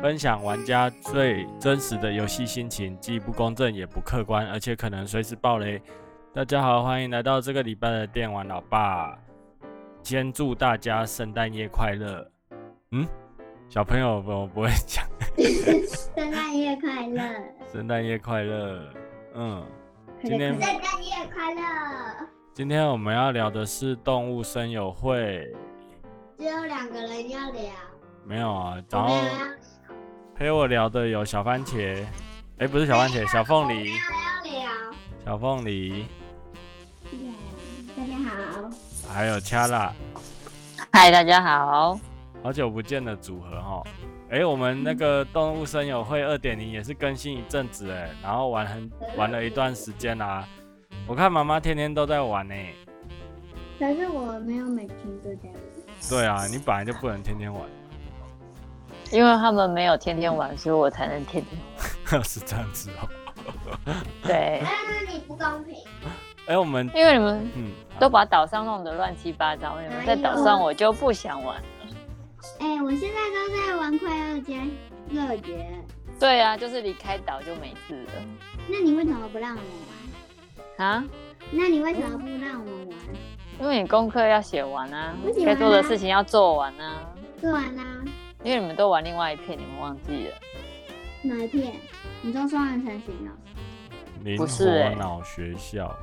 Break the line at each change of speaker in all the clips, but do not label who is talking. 分享玩家最真实的游戏心情，既不公正也不客观，而且可能随时爆雷。大家好，欢迎来到这个礼拜的电玩老爸。先祝大家圣诞夜快乐。嗯，小朋友我不会讲。
圣诞夜快乐！
圣诞夜快乐。嗯，今
圣
天
诞夜快乐！
今天我们要聊的是动物声友会。
只有两个人要聊，
没有啊，
我
然后
们要
陪我聊的有小番茄，哎、不是小番茄，小凤梨，
要聊。
小凤梨，
大家好，
还有掐啦，
嗨，大家好。
好久不见的组合哦。哎、我
嗯
们那个动物声友会二点零也是更新一阵子哎，然后玩很玩了一段时间啦、我看妈妈天天都在玩呢、
可是我没有每天都在
对啊，你本来就不能天天玩，
因为他们没有天天玩，所以我才能天天玩。
是这样子哦。
对，
那你不公平，
哎、我们
因为你们
嗯，
都把岛上弄得乱七八糟，你们在岛上我就不想玩。
哎、我现在都在玩快乐家乐园，
对啊，就是离开岛就没事了
那你为什么不让我玩？
啊。
那你为什么不让我玩？
因为你功课要写完啊
我写，完
该做的
啦
事情要做完啊。
做完啦，
因为你们都玩另外一片，你们忘记了。
哪一片？你做双人成行了？
灵
不是
活
哎
脑学校，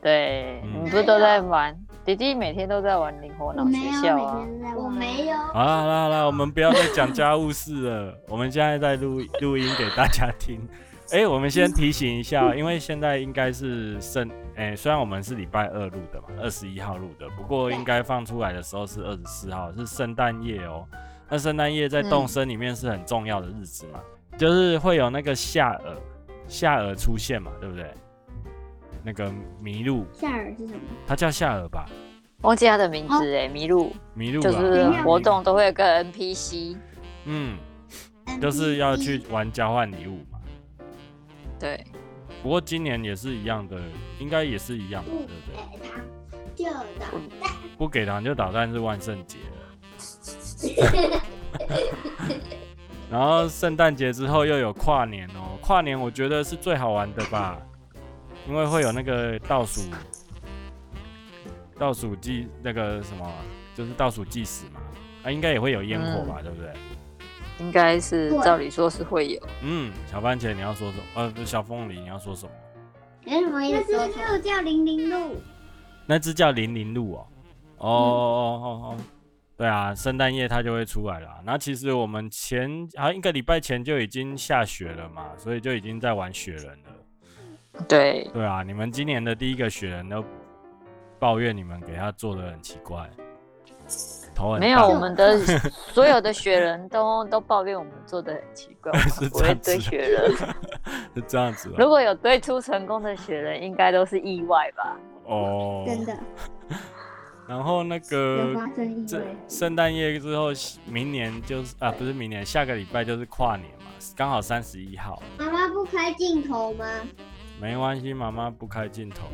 对，
嗯
你们不是都在玩？弟弟每天都在玩灵活
我啊
脑
没有每
学校啊。
天都在玩，我没有。
好啦好啦好啦，我们不要再讲家务事了，我们现在在录录音给大家听。哎、我们先提醒一下，因为现在应该是圣，哎、虽然我们是礼拜二录的嘛，二十一号录的，不过应该放出来的时候是二十四号，是圣诞夜哦。那圣诞夜在动森里面是很重要的日子嘛，就是会有那个夏尔，夏尔出现嘛，对不对？那个麋鹿，
夏尔是什么？
它叫夏尔吧？
忘记他的
哦
名字哎，麋鹿
麋鹿吧？
就是
啊
活动都会跟 NPC。
嗯，就是要去玩交换礼物嘛。
对，
不过今年也是一样的，应该也是一样的，对不对？
给他就打
不给糖就捣蛋是万圣节了，然后圣诞节之后又有跨年哦，跨年我觉得是最好玩的吧，因为会有那个倒数，倒数计那个什么，啊就是倒数计时嘛，啊，应该也会有烟火吧，对不对？
应该是
对
照理说是会有。
嗯，小番茄你要说什么？呃，不是小凤梨你要说什么？
有什么意思？那只鹿叫零零鹿，
那只叫零零鹿哦。哦哦哦哦，对啊，圣诞夜它就会出来了。那其实我们前好像一个礼拜前就已经下雪了嘛，所以就已经在玩雪人了。
对，
对啊，你们今年的第一个雪人都抱怨你们给他做的很奇怪，头很大
没有我们的所有的雪人都都抱怨我们做的很奇怪，我 们
是
不
这
会
样子
堆雪人。
是 这样子
如
哦
果有堆出成功的雪人，应该都是意外吧？
哦。
真的
然后那
有
个
发生意
这
外。
圣诞夜之后，明年就是啊，不是明年，下个礼拜就是跨年嘛，刚好三十一号。
妈妈不开镜头吗？
没关系，妈妈不开镜头。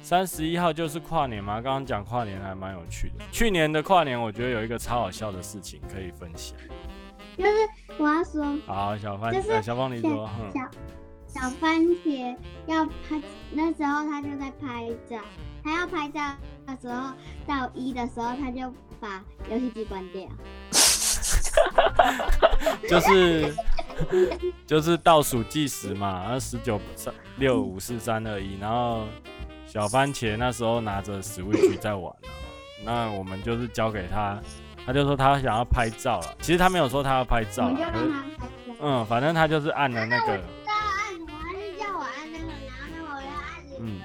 三十一号就是跨年嘛，刚刚讲跨年还蛮有趣的。去年的跨年，我觉得有一个超好笑的事情可以分享。
就是我要说
好，小番、
就是
呃小凤梨
小
说，哼
小小番茄要拍，那时候他就在拍照，他要拍照的时候到一的时候，他就把游戏机关掉。
就是就是倒数计时嘛，然后十九三六五四三二一，然后小番茄那时候拿着 Switch 在玩啊，那我们就是交给他，他就说他想要拍照了，其实他没有说他要拍
我
照
们就
啦，可
让
是
他拍照。
嗯，反正他就是按了那个。
到按，我还是叫我按那个，然后我要按那个。
嗯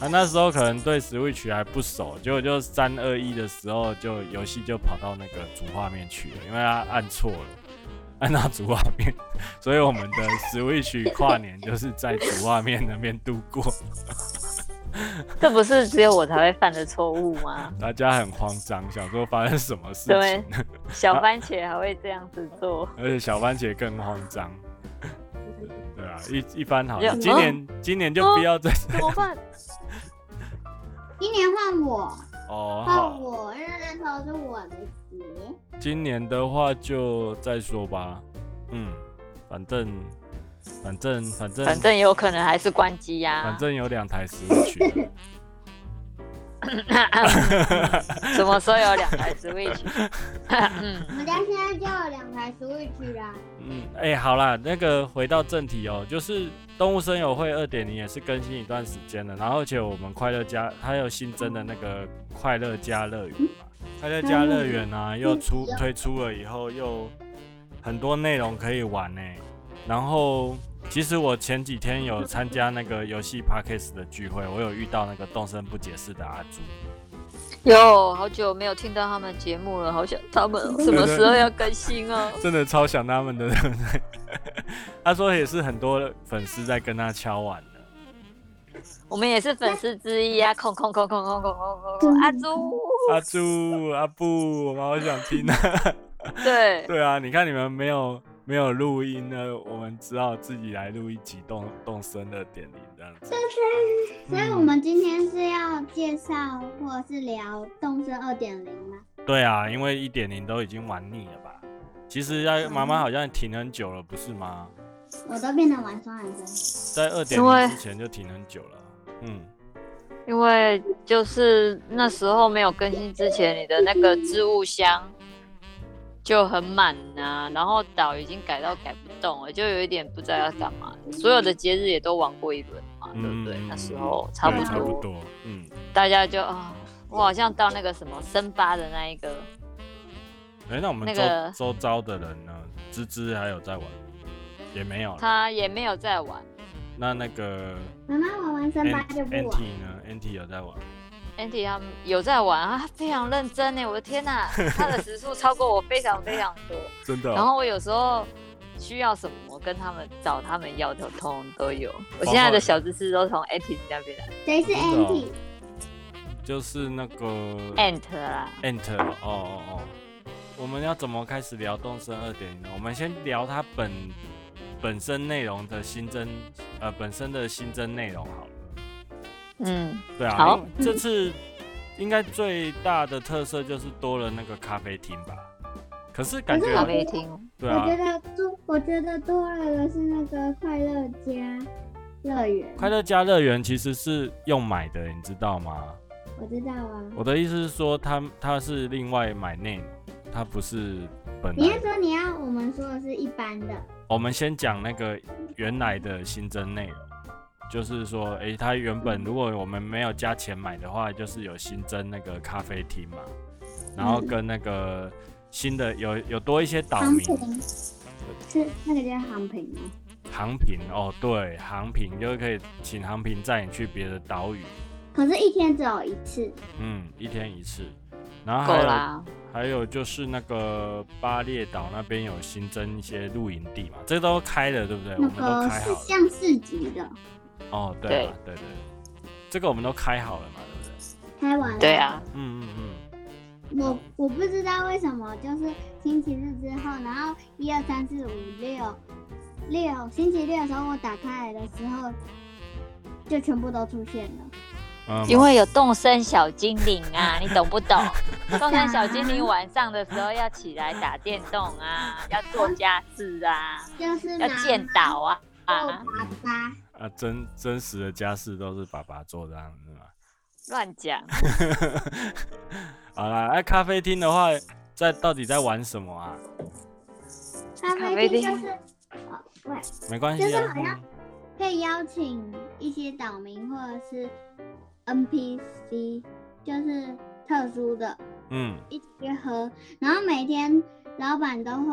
他那时候可能对 Switch 还不熟，结果就三二一的时候，就游戏就跑到那个主画面去了，因为他按错了， 按到主画面，所以我们的 Switch 跨年就是在主画面那边度过，
这不是只有我才会犯的错误吗？
大家很慌张，想说发生什么事
对
情，
小番茄还会这样子做，
而且小番茄更慌张。 对啊，一一番好
有哦
戏，今年今年就不要再
怎么办？
今年换我，
哦。
换
好，
我，因为那时候是我的题。
今年的话就再说吧。嗯，反正反正反正
反正有啊可能还是关机呀、
反正有两台十五曲了。
什么时候有两台 Switch？
我们家现在就有两台 Switch 啦。
嗯，哎、好啦，那个回到正题哦，就是《动物声友会》二点零也是更新一段时间了，然后而且我们快乐家它又新增的那个快乐家乐园嘛，嗯快乐家乐园啊又出推出了以后又很多内容可以玩呢、然后其实我前几天有参加那个游戏 Parkes 的聚会，我有遇到那个动声不解释的阿朱，
哟，好久 没有听到他们节目了，好想他们哦什么时候要更新哦？
真的超想他们的，对不对？ 他说也是很多粉丝在跟他敲碗的。
我们也是粉丝之一啊，空空空空空空空空空，阿朱，
阿朱、阿布，我们好想听 啊！
对，
对啊，你看你们没有没有录音呢，我们只好自己来录一集动动声的点零这样子。
所以我们今天是要介绍或者是聊动森二点零吗？
对啊，因为一点零都已经玩腻了吧？其实要妈妈好像停很久了，不是吗？
我都变成玩双人真，
在二点
因为
零之前就停很久了。嗯，
因为就是那时候没有更新之前，你的那个置物箱就很满啊，然后岛已经改到改不动了，就有一点不知道要干嘛了。所有的节日也都玩过一轮嘛，对不对？
嗯
那时候差不
对
多，
差不多。嗯，
大家就啊、我好像到那个什么森巴的那一个，
哎、那我们
那
周、
个
周遭的人呢？芝芝还有在玩，也没有了。
他也没有在玩。
那那个
妈妈我玩三八就
N
不
N
玩
T，呢？N T 有在玩。
Andy 他们有在玩啊，他非常认真欸呢，我的天呐、他的时速超过我非常非常 多。
真的、
然后我有时候需要什么，我跟他们找他们要的，通通都有。我
包
现
括
在的小知识都从 Andy 那边来
谁是
真的哦
Andy？
就是那个嗯
，Ant 啦，
enter 哦哦哦，我们要怎么开始聊动森二点零呢？我们先聊它本本身内容的新增，呃，本身的新增内容好了。
嗯，
对啊，
好
因为这次应该最大的特色就是多了那个咖啡厅吧。可是感觉
可是
咖
我
啡厅，
对
我觉
啊，
得多，我觉得多了的是那个快乐家乐园，
快乐家乐园其实是用买的，你知道吗？
我知道啊。
我的意思是说它，它是另外买内容，它不是本
你
来
要说你要我们说的是一般的，
我们先讲那个原来的新增内容，就是说，诶、它原本
嗯
如果我们没有加钱买的话，就是有新增那个咖啡厅嘛，
嗯
然后跟那个新的有有多一些岛
航
民
平是那个叫航平吗？
航平哦，对，航平就是可以请航平载你去别的岛屿，
可是一天只有一次，
嗯，一天一次，然后
够
还有
啦。
还有就是那个巴列岛那边有新增一些露营地嘛，这都开了对不对？我
那
们都
个
开好
是
了。
像市集的，
哦，对啊，对对对，这个我们都开好了嘛，对不对？
开完了。
对啊，
嗯嗯嗯，
我我不知道为什么，就是星期日之后，然后一二三四五六六星期六的时候，我打开来的时候，就全部都出现了。
嗯
因为有动身小精灵啊，你懂不懂？ 动身小精灵晚上的时候要起来打电动啊，要做家事啊，
就是哦
要
妈
建岛啊
妈
啊，
爸爸，
啊，真真实的家事都是爸爸做这样子嘛。
乱讲。
好啦，那、咖啡厅的话，在到底在玩什么啊？
咖
咖
啡厅
啡厅
就是哦，喂，
没关系
就是
啊
好，像可以邀请一些岛民或者是 NPC，就是特殊的
嗯，
一起去喝，然后每天老板都会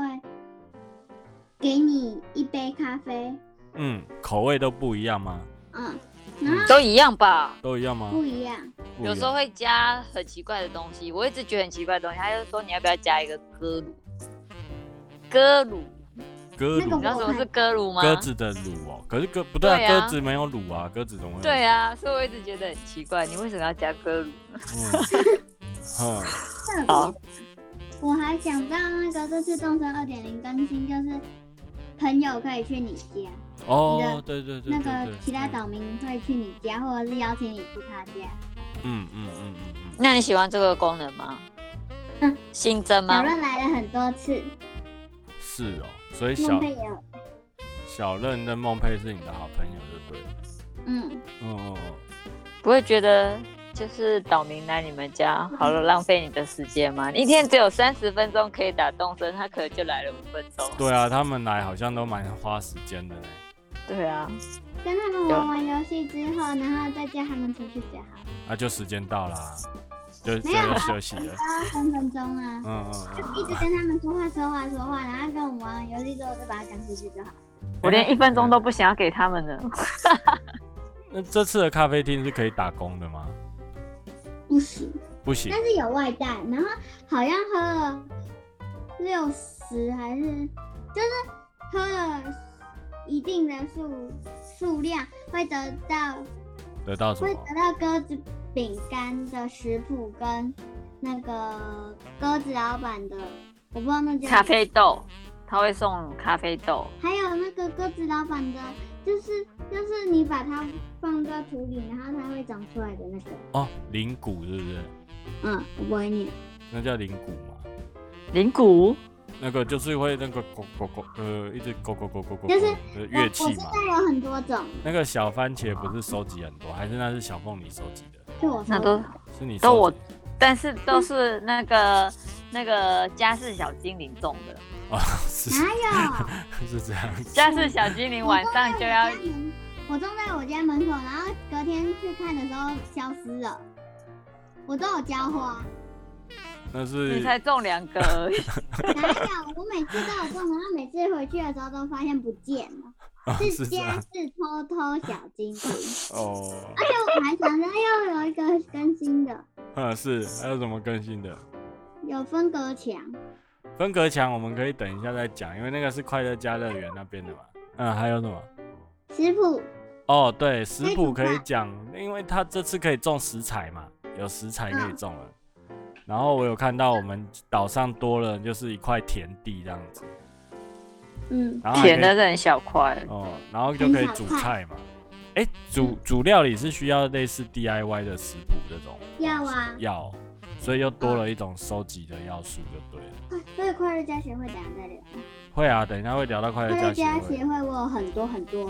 给你一杯咖啡，
嗯嗯，口味都不一样吗？
嗯，然后
都一样吧。
都一样吗？
不一样，
不一
有
样
时候会加很奇怪的东西，我一直觉得很奇怪的东西。他就说你要不要加一个鸽乳？鸽乳，
鸽
那个
你知
乳
道什么是鸽乳吗？
鸽啊子的乳哦，可是鸽不对啊，
啊对啊
鸽子没有乳啊，鸽子怎么会有？
对啊，所以我一直觉得很奇怪，你为什么要加鸽乳？
嗯，嗯，
特
好
别。我还想到那个这次动森二点零更新，就是朋友可以去你家，
哦，对对对，
那
对
个
对
其他
嗯
岛民会去你家，或者是邀请你去他家。
嗯嗯嗯嗯嗯，
那你喜欢这个功能吗？
嗯
新增
小
吗？
润来了很多次，
是哦，所以
孟
小
贝也有，
小任跟孟佩是你的好朋友，对不对了？
嗯，
嗯嗯嗯，
不会觉得就是岛民来你们家，好了浪费你的时间吗？你一天只有三十分钟可以打动身，他可能就来了五分钟。
对啊，他们来好像都蛮花时间的呢。
对啊，
跟他们玩完游戏之后，然后再叫他们出去就好。
啊，就时间到啦，就就
没有
要休息 了。
啊，三分钟啊，
嗯嗯嗯
一直跟他们说话说话说话，然后跟我们玩完游戏之后就把他赶出去就好。
我连一分钟都不想要给他们了。
嗯。那这次的咖啡厅是可以打工的吗？
不行，
不行
但是有外带，然后好像喝了六十还是就是喝了一定的数数量，会得到
得到什
会
么？
得到鸽子饼干的食谱跟那个鸽子老板的，我不知道那叫
咖，啡豆，他会送咖啡豆。
还有那个鸽子老板的，就是就是你把它放到土里，然后它会长出来的那个，
哦，灵骨是不是？
嗯，我不会念，
那叫灵骨嘛？
灵骨，
那个就是会那个咕咕咕，呃，一直咕咕咕咕咕咕，
就是
呃乐
我
器
现
嘛。
在有很多种，
那个小番茄不是收集很多，还是那是小凤梨收集的？
就我说
那都，
是你
都
收
我
集的
但是都是那个那个家事小精灵种的。
哦，是
哪
啊
是这样子。
家事小精灵
有？
晚上就要
我种在我家门我种在我家门口，然后隔天去看的时候消失了，我都有浇花。
那
你
是
才种两 个而已，
哪有？我每次都有中，然后每次回去的时候都发现不见了，
哦
是
是这
家
样
事偷偷小精灵。
哦，
而且我还想着要有一个更新的，
嗯是还有什么更新的？
有分隔墙，
分隔墙我们可以等一下再讲，因为那个是快乐家乐园那边的嘛。嗯，还有什么？
食谱
哦，对，食
可以
谱
煮
可以
饭
讲，因为他这次可以种食材嘛，有食材
嗯
可以种了。然后我有看到我们岛上多了就是一块田地这样子，
嗯，
然后还
甜
可以
的是很小块。
哦，然后就可以煮菜嘛。哎、煮煮料理是需要类似 DIY 的食谱这种
要啊，
药，所以又多了一种收集的要素，就对了。
啊所以快乐家协会等一下再聊。
会啊，等一下会聊到快乐
快
家
乐家
协会
协，会我有很多很多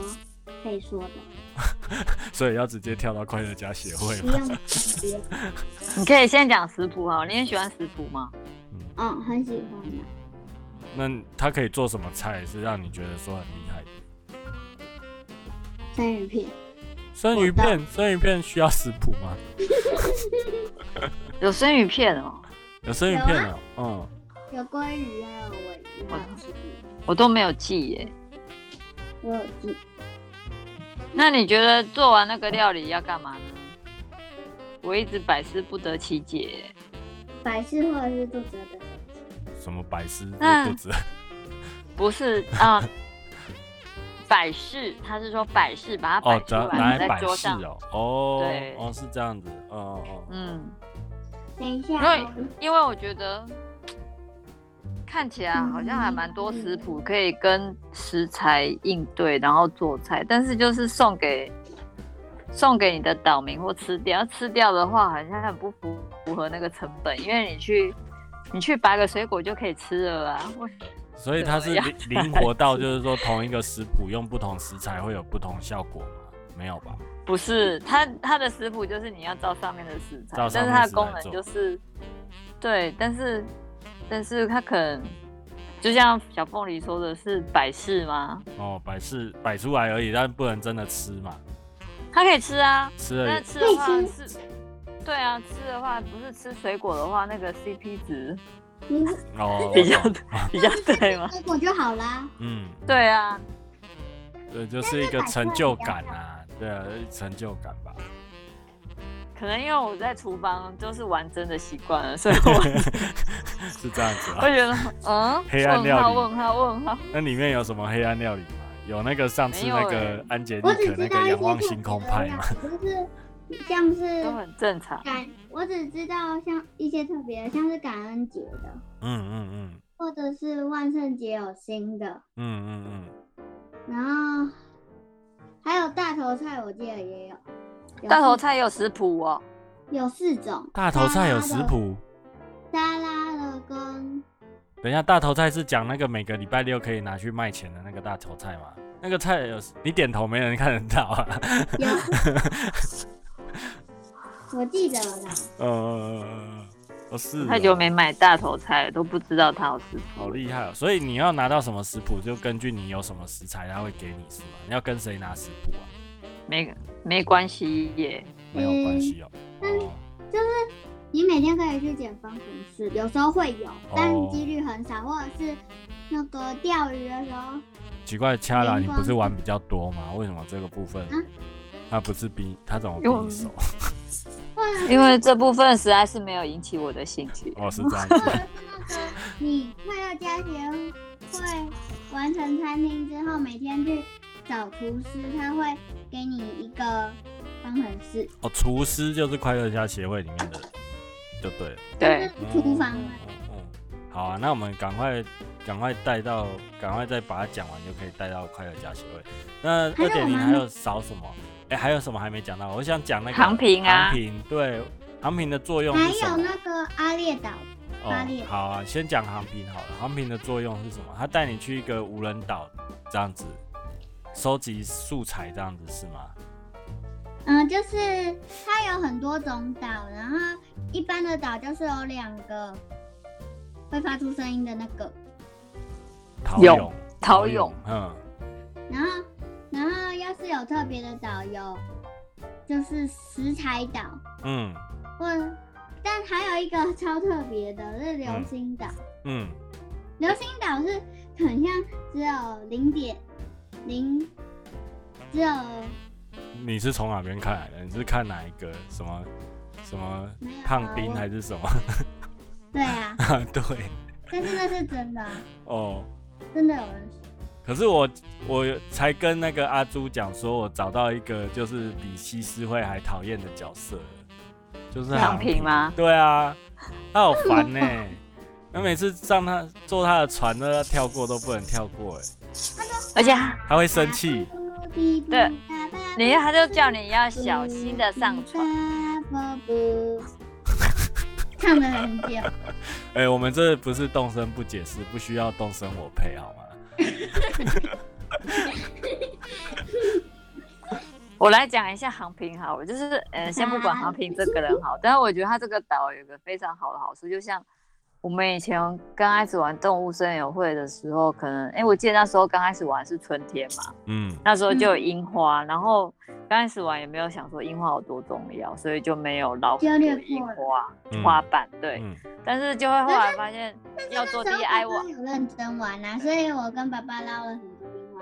可以说的，
所以要直接跳到快乐家协会
不
嘛。
用不用，
你可以先讲食谱哈，你很喜欢食谱吗？
嗯，
嗯，很喜欢的。
那他可以做什么菜是让你觉得说很厉害的？
生鱼片，
生鱼片，生鱼片需要食谱吗？
有生鱼片哦，
有生鱼片哦，嗯，
有鲑鱼，还有尾鱼，还有吃鱼，
我都没有记耶。
我有记。
那你觉得做完那个料理要干嘛呢？我一直百思不得其解耶。
百事或者是肚子的。
什么百思
嗯
肚子，
不是啊， 百事，他是说百事，把它摆
哦，
出
拿拿
来
来
在
摆
桌
饰
上。
哦，哦
对
哦是这样子，哦哦哦。
嗯，
等一
因
下
为
哦，
因为我觉得看起来好像还蛮多食谱可以跟食材应对，然后做菜，但是就是送给送给你的岛民或吃掉，要吃掉的话好像很不符符合那个成本，因为你去你去拔个水果就可以吃了啊。我
所以它是
对我
灵灵活到，就是说同一个食谱用不同食材会有不同效果吗？没有吧？
不是它它的食谱就是你要照上面的食材
照，上
但是
面
它的
食
功
材
能
做
就是对，但是但是它可能就像小凤梨说的是百事吗？
哦，摆饰摆出来而已，但不能真的吃嘛，
它可以吃啊，
吃而
但
已。
吃的话是，对啊，吃的话不是吃水果的话，那个 CP 值
你
哦，
比较
我懂
比较对吗？
水果就好啦。
嗯，
对啊，
对，就是一个成就感啊，对啊，成就感吧。
可能因为我在厨房就是玩真的习惯了，所以 我
是这样子
会
啊。
觉得嗯，
黑暗
问
料
号
理
问号问号，
那里面有什么黑暗料理吗？有那个上次
没有
那
欸
个安杰丽
我只
可那
知道
个
一些
仰望
特
星
别
空
的
派
料
嘛，
理就是像是
都很正常。
感，我只知道像一些特别的，像是感恩节的，
嗯嗯嗯
或者是万圣节有新的，
嗯嗯嗯，
然后还有大头菜，我记得也有。有
大头
四
菜有食谱哦，
有四种，
大头菜有食谱。
沙拉的跟
等一下，大头菜是讲那个每个礼拜六可以拿去卖钱的那个大头菜吗？那个菜有你点头，没人看得到啊。
有， 我记得了啦。
呃，哦是哦
太久没买大头菜了，都不知道它有食谱。
好厉害哦！所以你要拿到什么食谱，就根据你有什么食材，他会给你是吗？你要跟谁拿食谱啊？
没没关系耶，
没有关系哦。
嗯
哦
你每天可以去捡方程式，有时候会有，但
哦
几率很少，或者是那个钓鱼的时候，
奇怪，掐啦，
没
你
关
不是玩比较多吗？为什么这个部分
嗯
他不是比他怎么比
因为
你熟？
因为这部分实在是没有引起我的兴趣。
哦，是这样子
或。者是那个你快乐家协会完成餐厅之后，每天去找厨师，他会给你一个方程式，
哦，厨师就是快乐家协会里面的人，就对了。
对，
就是厨房
嗯
啊。
嗯嗯好啊，那我们赶快赶快带到，赶快再把它讲完，就可以带到快乐家协会。那二
还有
点零
我们
还有少什么？哎、还有什么还没讲到？我想讲那个
航平啊
航平对，航平的作用
还
是什
有
么？
那个阿列岛，巴列
哦，好啊，先讲航平好了。航平的作用是什么？它带你去一个无人岛，这样子收集素材，这样子是吗？
嗯，就是它有很多种岛，然后一般的岛就是有两个会发出声音的那个，
陶
有
俑，
陶俑，
嗯，
然后然后要是有特别的岛有，就是食材岛，
嗯
或但还有一个超特别的是流星岛，
嗯，
流星岛是很像只有零点零，只有
你是从哪边看来的？你是看哪一个什么什么
没有
胖丁
我
还是什么？
对啊，
对，
但是那是真的啊，
哦，
真的有人
可是我我才跟那个阿朱讲说，我找到一个就是比西施惠还讨厌的角色了，就是
躺
航
平？吗？
对啊，他好 烦呢、那每次上他坐他的船都要跳过都不能跳过、欸，
而且
他会生气。
对，你他就叫你要小心
嗯
的上船。
船。唱了很 久，
哎、我们这不是动身不解释，不需要动身我配好吗？
我来讲一下航平好了，就是呃，先不管航平这个人好，但是我觉得他这个岛有个非常好的好处，就像我们以前刚开始玩动物森友会的时候，可能哎、诶我记得那时候刚开始玩是春天嘛，
嗯
那时候就有樱花，然后刚开始玩也没有想说樱花有多重要，所以就没有老虎
就略过
樱花、
嗯
花瓣，对。
嗯，
但是就会后来发现要做
那时候
DIY，
爸爸有认真玩啊，所以我跟爸爸捞了很多樱花。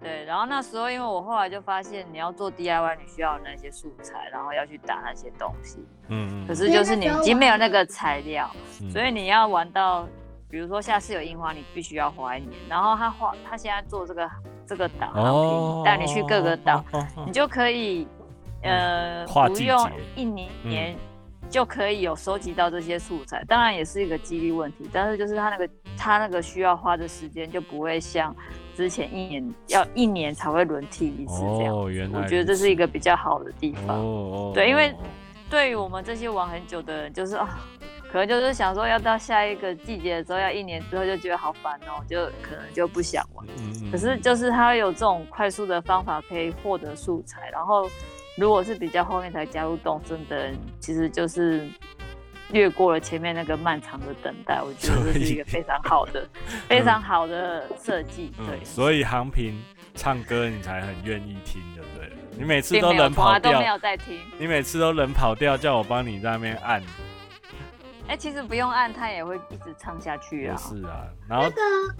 对，然后那时候因为我后来就发现你要做 DIY，你需要那些素材，然后要去打那些东西，
嗯嗯，
可是就是你已经没有那个材料，
嗯
所以你要玩到，比如说下次有樱花，你必须要花一年。然后他花他现在做这个这个岛
哦，
带你去各个岛，
哦，哦哦
你就可以，呃，
嗯跨
不
季
用
节嗯
一年就可以有收集到这些素材。当然也是一个几率问题，但是就是它那个它那个需要花的时间就不会像之前一年要一年才会轮替一次这样。
哦，原来
我觉得
如
这是一
此
个比较好的地
哦
方。
哦，
对因为
哦
对于我们这些玩很久的人，就是啊，可能就是想说要到下一个季节的时候，要一年之后就觉得好烦哦，就可能就不想玩。
嗯
可是就是它有这种快速的方法可以获得素材，然后如果是比较后面才加入动森的人，其实就是略过了前面那个漫长的等待，我觉得这是一个非常好的、 非常好的设计。对
嗯，，所以航平唱歌你才很愿意听，对不对了？你每次
并
都
没有
人
从
跑
来都没
掉，
有在听。
你每次都人跑掉，叫我帮你在那边按，
哎、其实不用按，它也会一直唱下去
也
啊。
是啊。然后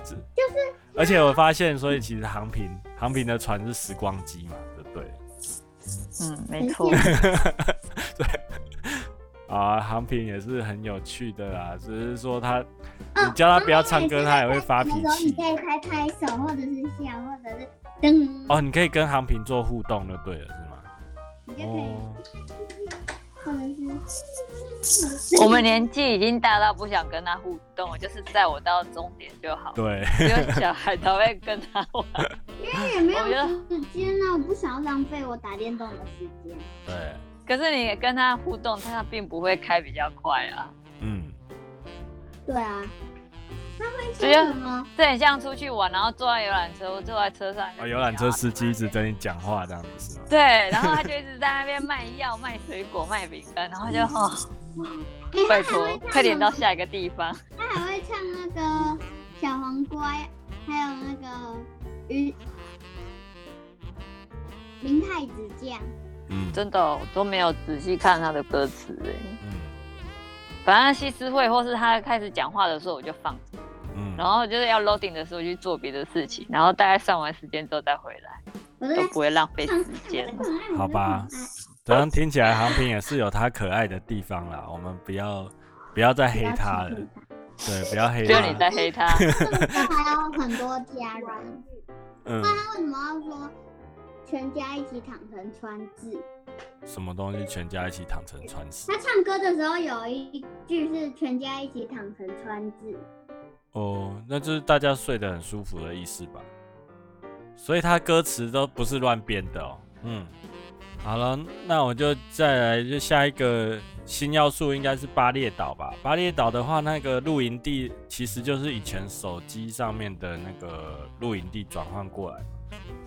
这，个
而且我发现，所以其实航平航平的船是时光机嘛，对不对？
嗯，没错。
啊，航平也是很有趣的啦，只是说他，
哦
你叫他不要唱歌，他也会发脾
然后你
气。
可以拍拍手，或者是笑，或者是噔，
哦，你可以跟航平做互动就对了，是吗？
你就可以，
哦，
或者是
我们年纪已经大到不想跟他互动了，就是载我到终点就好，
对，
因为小孩都会跟他玩。
那哎也没有
我觉得
时间啊，我不想要浪费我打电动的时间。
对，
可是你跟他互动，他并不会开比较快啊。
嗯，
对啊，那会
对
说
呀
什么？
这很像出去玩，然后坐在游览车，我坐在车上。
哦，游览车司机一直。跟你讲话这样子是吗？
哎啊对，然后他就一直在那边卖药、卖水果、卖饼干，然后 就
嗯
哦，
哎、他还
拜托
会，唱
快点到
什么
下一个地方。
他还会唱那个小黄瓜，还有那个鱼明太子酱。
嗯
真的哦、我都没有仔细看他的歌词哎。
嗯
反正西施会或是他开始讲话的时候，我就放着，
嗯，
然后就是要 loading 的时候去做别的事情，然后大概上完时间之后再回来，
我都
都
在
不会浪费
唱
时间。
我都很爱
好吧。
我都很爱
这样听起来航平也是有他可爱的地方啦，我们不要不要再黑他了， 对，啊不要黑
只有你
他，
在黑他，
他还有很多家人，
嗯，
他为什么要说全家一起躺成川字？
什么东西全家一起躺成川死
他唱歌的时候有一句是全家一起躺成川字，
哦，那就是大家睡得很舒服的意思吧？所以他歌词都不是乱编的哦，嗯，好了，那我就再来，就下一个新要素应该是巴列岛吧？巴列岛的话，那个露营地其实就是以前手机上面的那个露营地转换过来。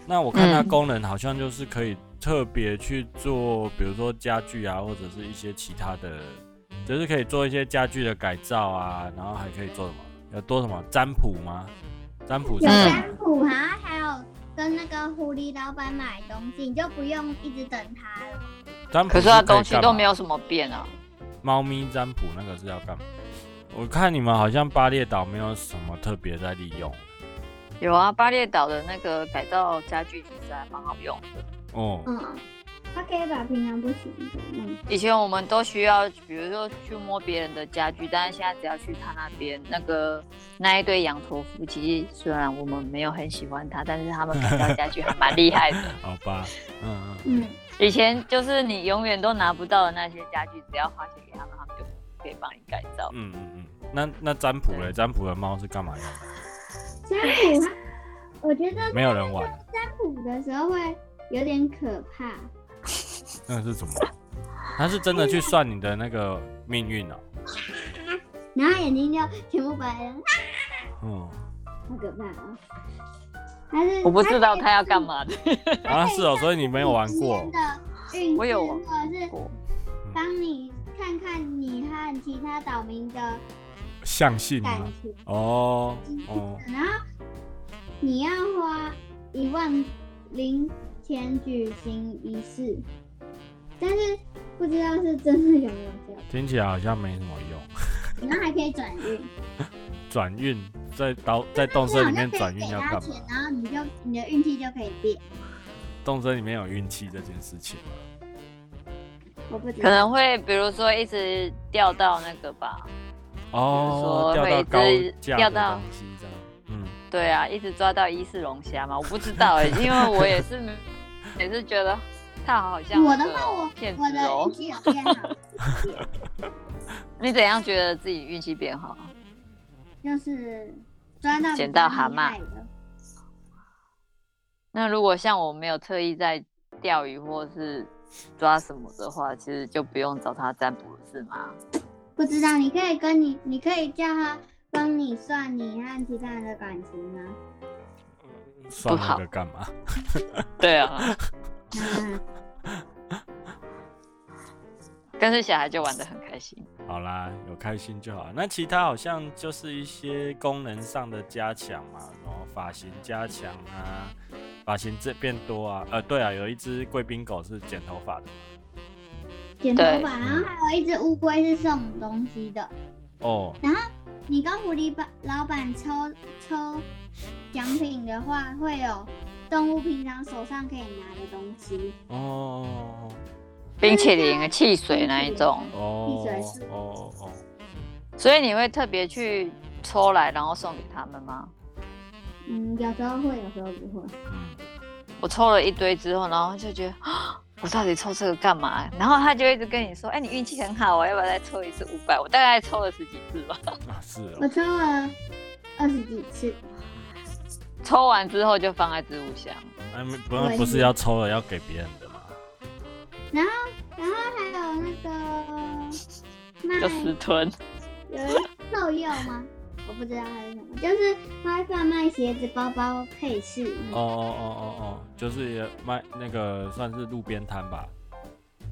那我看它
嗯
功能好像就是可以特别去做，比如说家具啊，或者是一些其他的，就是可以做一些家具的改造啊，然后还可以做什么？要多什么占卜吗？占卜是
有
什
嗯
么？
占卜，然后还有跟那个狐狸老板买东西，你就不用一直等他了。
占卜
可是他东
以
西
干
都
嘛
没有什么变啊。
猫咪占卜那个是要干嘛？我看你们好像巴列岛没有什么特别在利用
有啊，巴列岛的那个改造家具其实还蛮好用的。
哦。
嗯，他可以把平常不行的弄。
以前我们都需要，比如说去摸别人的家具，但是现在只要去他那边那个那一对羊驼夫妻，虽然我们没有很喜欢他，但是他们改造家具还蛮厉害的。
好吧，嗯嗯，
嗯，
以前就是你永远都拿不到的那些家具，只要花钱给他们，他们就可以帮你改造。
嗯嗯嗯，那那占卜
嗯
嘞？占卜的猫是干嘛用的？
占卜它， 我觉得
没有人玩，
占卜的时候会有点可怕。
那是什么？它是真的去算你的那个命运哦。
然后眼睛就全部白了，
嗯，
好可怕啊！还是
我不知道他要干嘛的。
啊是哦，所以你没有玩过
今天。的运势
我有
或者是帮你看看你和其他岛民的
相信
感
吗？
情，
哦哦，
然后你要花一万零钱举行仪式，但是不知道是真的有没有效，
听起来好像没什么用。
然后还可以转运。
转运在岛在动
你
森
好
里
像
面
可
转运
以给
要干
他钱
嘛，？
然后你就你的运气就可以变。
动森里面有运气这件事情吗？
我不知
可
道，
能会比如说一直掉到那个吧，
哦，
说
钓
会
到
一
高
直
价
钓
的
到
东西这样，嗯，
对啊，一直抓到伊氏龙虾嘛，我不知 道哎、因为我也是也是觉得他好像
我的
那个
话我
骗
我
子
的
哦
运。气有变好，
你怎样觉得自己运气变好？
就是抓到比较
捡到蛤蟆
厉害的。
那如果像我没有特意在钓鱼或是抓什么的话，其实就不用找他占卜了是吗？
不知道，你可以跟你，你可以叫他帮你算你和其他人的感情啊。
算
不
那
好
个干嘛？
对啊，
嗯，
跟着小孩就玩得很开心。
好啦，有开心就好。那其他好像就是一些功能上的加强嘛，然后发型加强啊，发型这变多啊。呃，对啊，有一只贵宾狗是剪头发的。
剪头
对
发，然后还有一只乌龟是送东西的。
哦，
你跟狐狸老板抽抽奖品的话，会有动物平常手上可以拿的东西。
哦，
冰淇淋、汽水那一种，
哦，哦
闭嘴是，
哦，哦，
所以你会特别去抽来然后送给他们吗？
嗯，有时候会，有时候不会。
嗯，
我抽了一堆之后，然后就觉得啊我到底抽这个干嘛？啊然后他就一直跟你说，哎、你运气很好哦，要不要再抽一次五百？我大概抽了十几次吧。
啊，是哦
我抽了二十几次，
抽完之后就放在置物箱。
哎，没不不是要抽了，要给别人的嘛。
然后还有那 个卖
就私吞，
有人兽药吗？我不知道它是什么，就是它会贩卖鞋子、包包、配饰。
哦哦哦哦哦，就是也卖那个算是路边摊吧，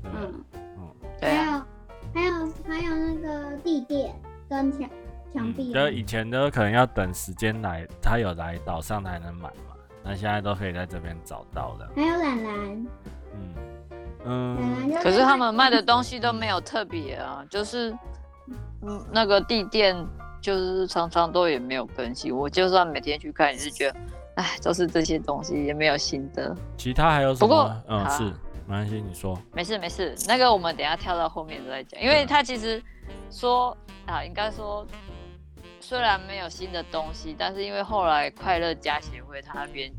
对不对？
嗯，
嗯，
对啊，
还有还有还有那个地垫跟墙
嗯
墙壁。
嗯
啊
就是以前都可能要等时间来，他有来岛上才能买嘛，那现在都可以在这边找到的。
还有懒懒，
嗯
懒
嗯
懒就是
可是他们卖的东西都没有特别啊，就是嗯那个地垫就是常常都也没有更新，我就算每天去看也是觉得，哎，都是这些东西也没有新的。
其他还有什
不过
么？嗯，
好啊
是没关系，你说。
没事没事，那个我们等一下跳到后面再讲，因为他其实说啊，应该说虽然没有新的东西，但是因为后来快乐家协会他那边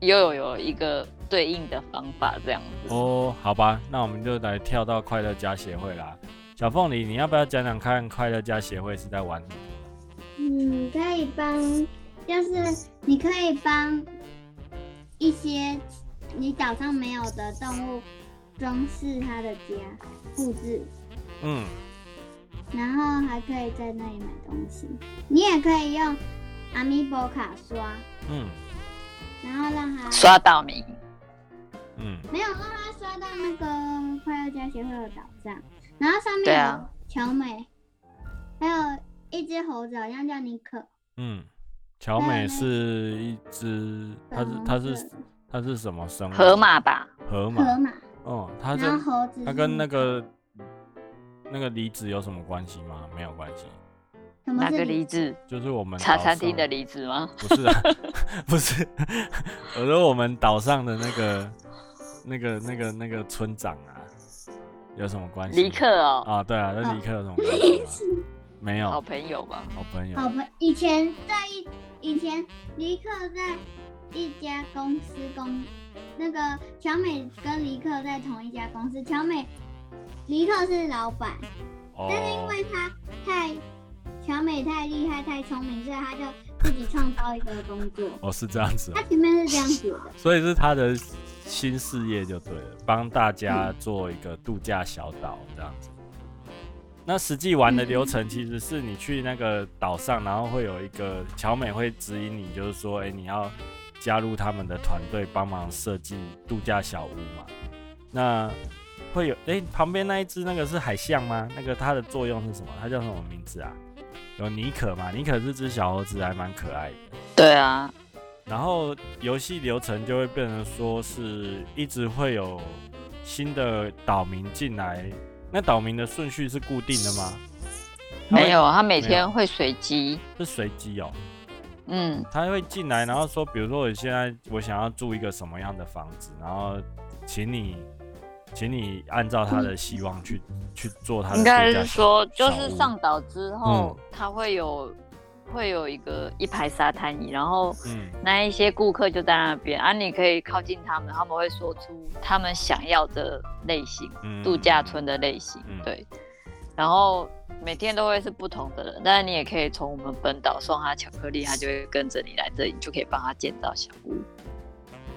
又有有一个对应的方法这样子。
哦，好吧，那我们就来跳到快乐家协会啦。小凤梨，你要不要讲讲看快乐家协会是在玩什么？
嗯，可以帮，就是你可以帮一些你岛上没有的动物装饰它的家，布置，
嗯，
然后还可以在那里买东西。你也可以用 Amiibo 卡刷，
嗯
然后让它
刷到名，
嗯
没有让它刷到那个快乐家协会的岛上，然后上
对
面有
啊
乔美，还有一只猴子，好像叫尼克，
嗯，乔美是一只，它是
嗯
它是它是什么生物？
河。马吧，
河马。
河马，
哦，它这
然后猴子
它
是
跟那个那个梨子有什么关系吗？没有关系，
什么
哪
是
个
梨
梨子？
就是我们
茶
岛
餐厅
上
的梨子吗？
不是啊， 不是，我说我们岛上的那个、那个、那个、那个村长啊，有什么关系？
尼克哦，
啊，对啊，跟尼克有什么关系吗？ 没有，
好
好
朋友吧？
朋友。
好吧，以前在一以前尼克在一家公司工，那个乔美跟尼克在同一家公司，乔美尼克是老板，
哦
但是因为他太乔美太厉害太聪明，所以他就自己创造一个工 作。
哦，是这样子哦、
他前面是这样写的，
所以是他的新事业就对了，帮大家做一个度假小岛这样子。那实际玩的流程其实是你去那个岛上，然后会有一个乔美会指引你，就是说，哎、你要加入他们的团队，帮忙设计度假小屋嘛。那会有，哎、旁边那一只那个是海象吗？那个它的作用是什么？它叫什么名字啊？有尼可嘛？尼可是只小猴子，还蛮可爱的。
对啊，
然后游戏流程就会变成说是一直会有新的岛民进来，那岛民的顺序是固定的吗？
没有，他每
没有
天会随机，
是随机哦，
嗯，
他会进来，然后说，比如说我现在我想要住一个什么样的房子，然后请你，请你按照他的希望去去做他的
应
度
该
假小。
是说，就
小嗯
是
屋
上岛之后，它会有会有一个一排沙滩椅，然后
嗯
那一些顾客就在那边啊，你可以靠近他们，他们会说出他们想要的类型，
嗯
度假村的类型，
嗯
对。然后每天都会是不同的人，但是你也可以从我们本岛送他巧克力，他就会跟着你来这里，你就可以帮他建造小屋。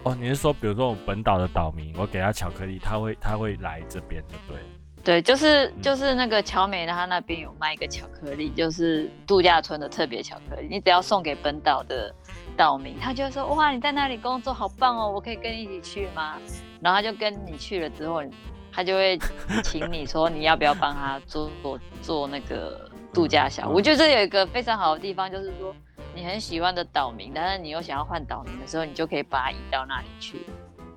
哦，你是说比如说我本岛的岛民，我给他巧克力，他会他会来这边，就对了。
对，就是
嗯
就是那个乔美，他那边有卖一个巧克力，就是度假村的特别巧克力。你只要送给本岛的岛民，他就会说：“哇，你在那里工作好棒哦，我可以跟你一起去吗？”然后他就跟你去了之后，他就会请你说你要不要帮他做做做那个度假小屋。
嗯
我觉得这有一个非常好的地方，就是说你很喜欢的岛民，但是你又想要换岛民的时候，你就可以把他移到那里去。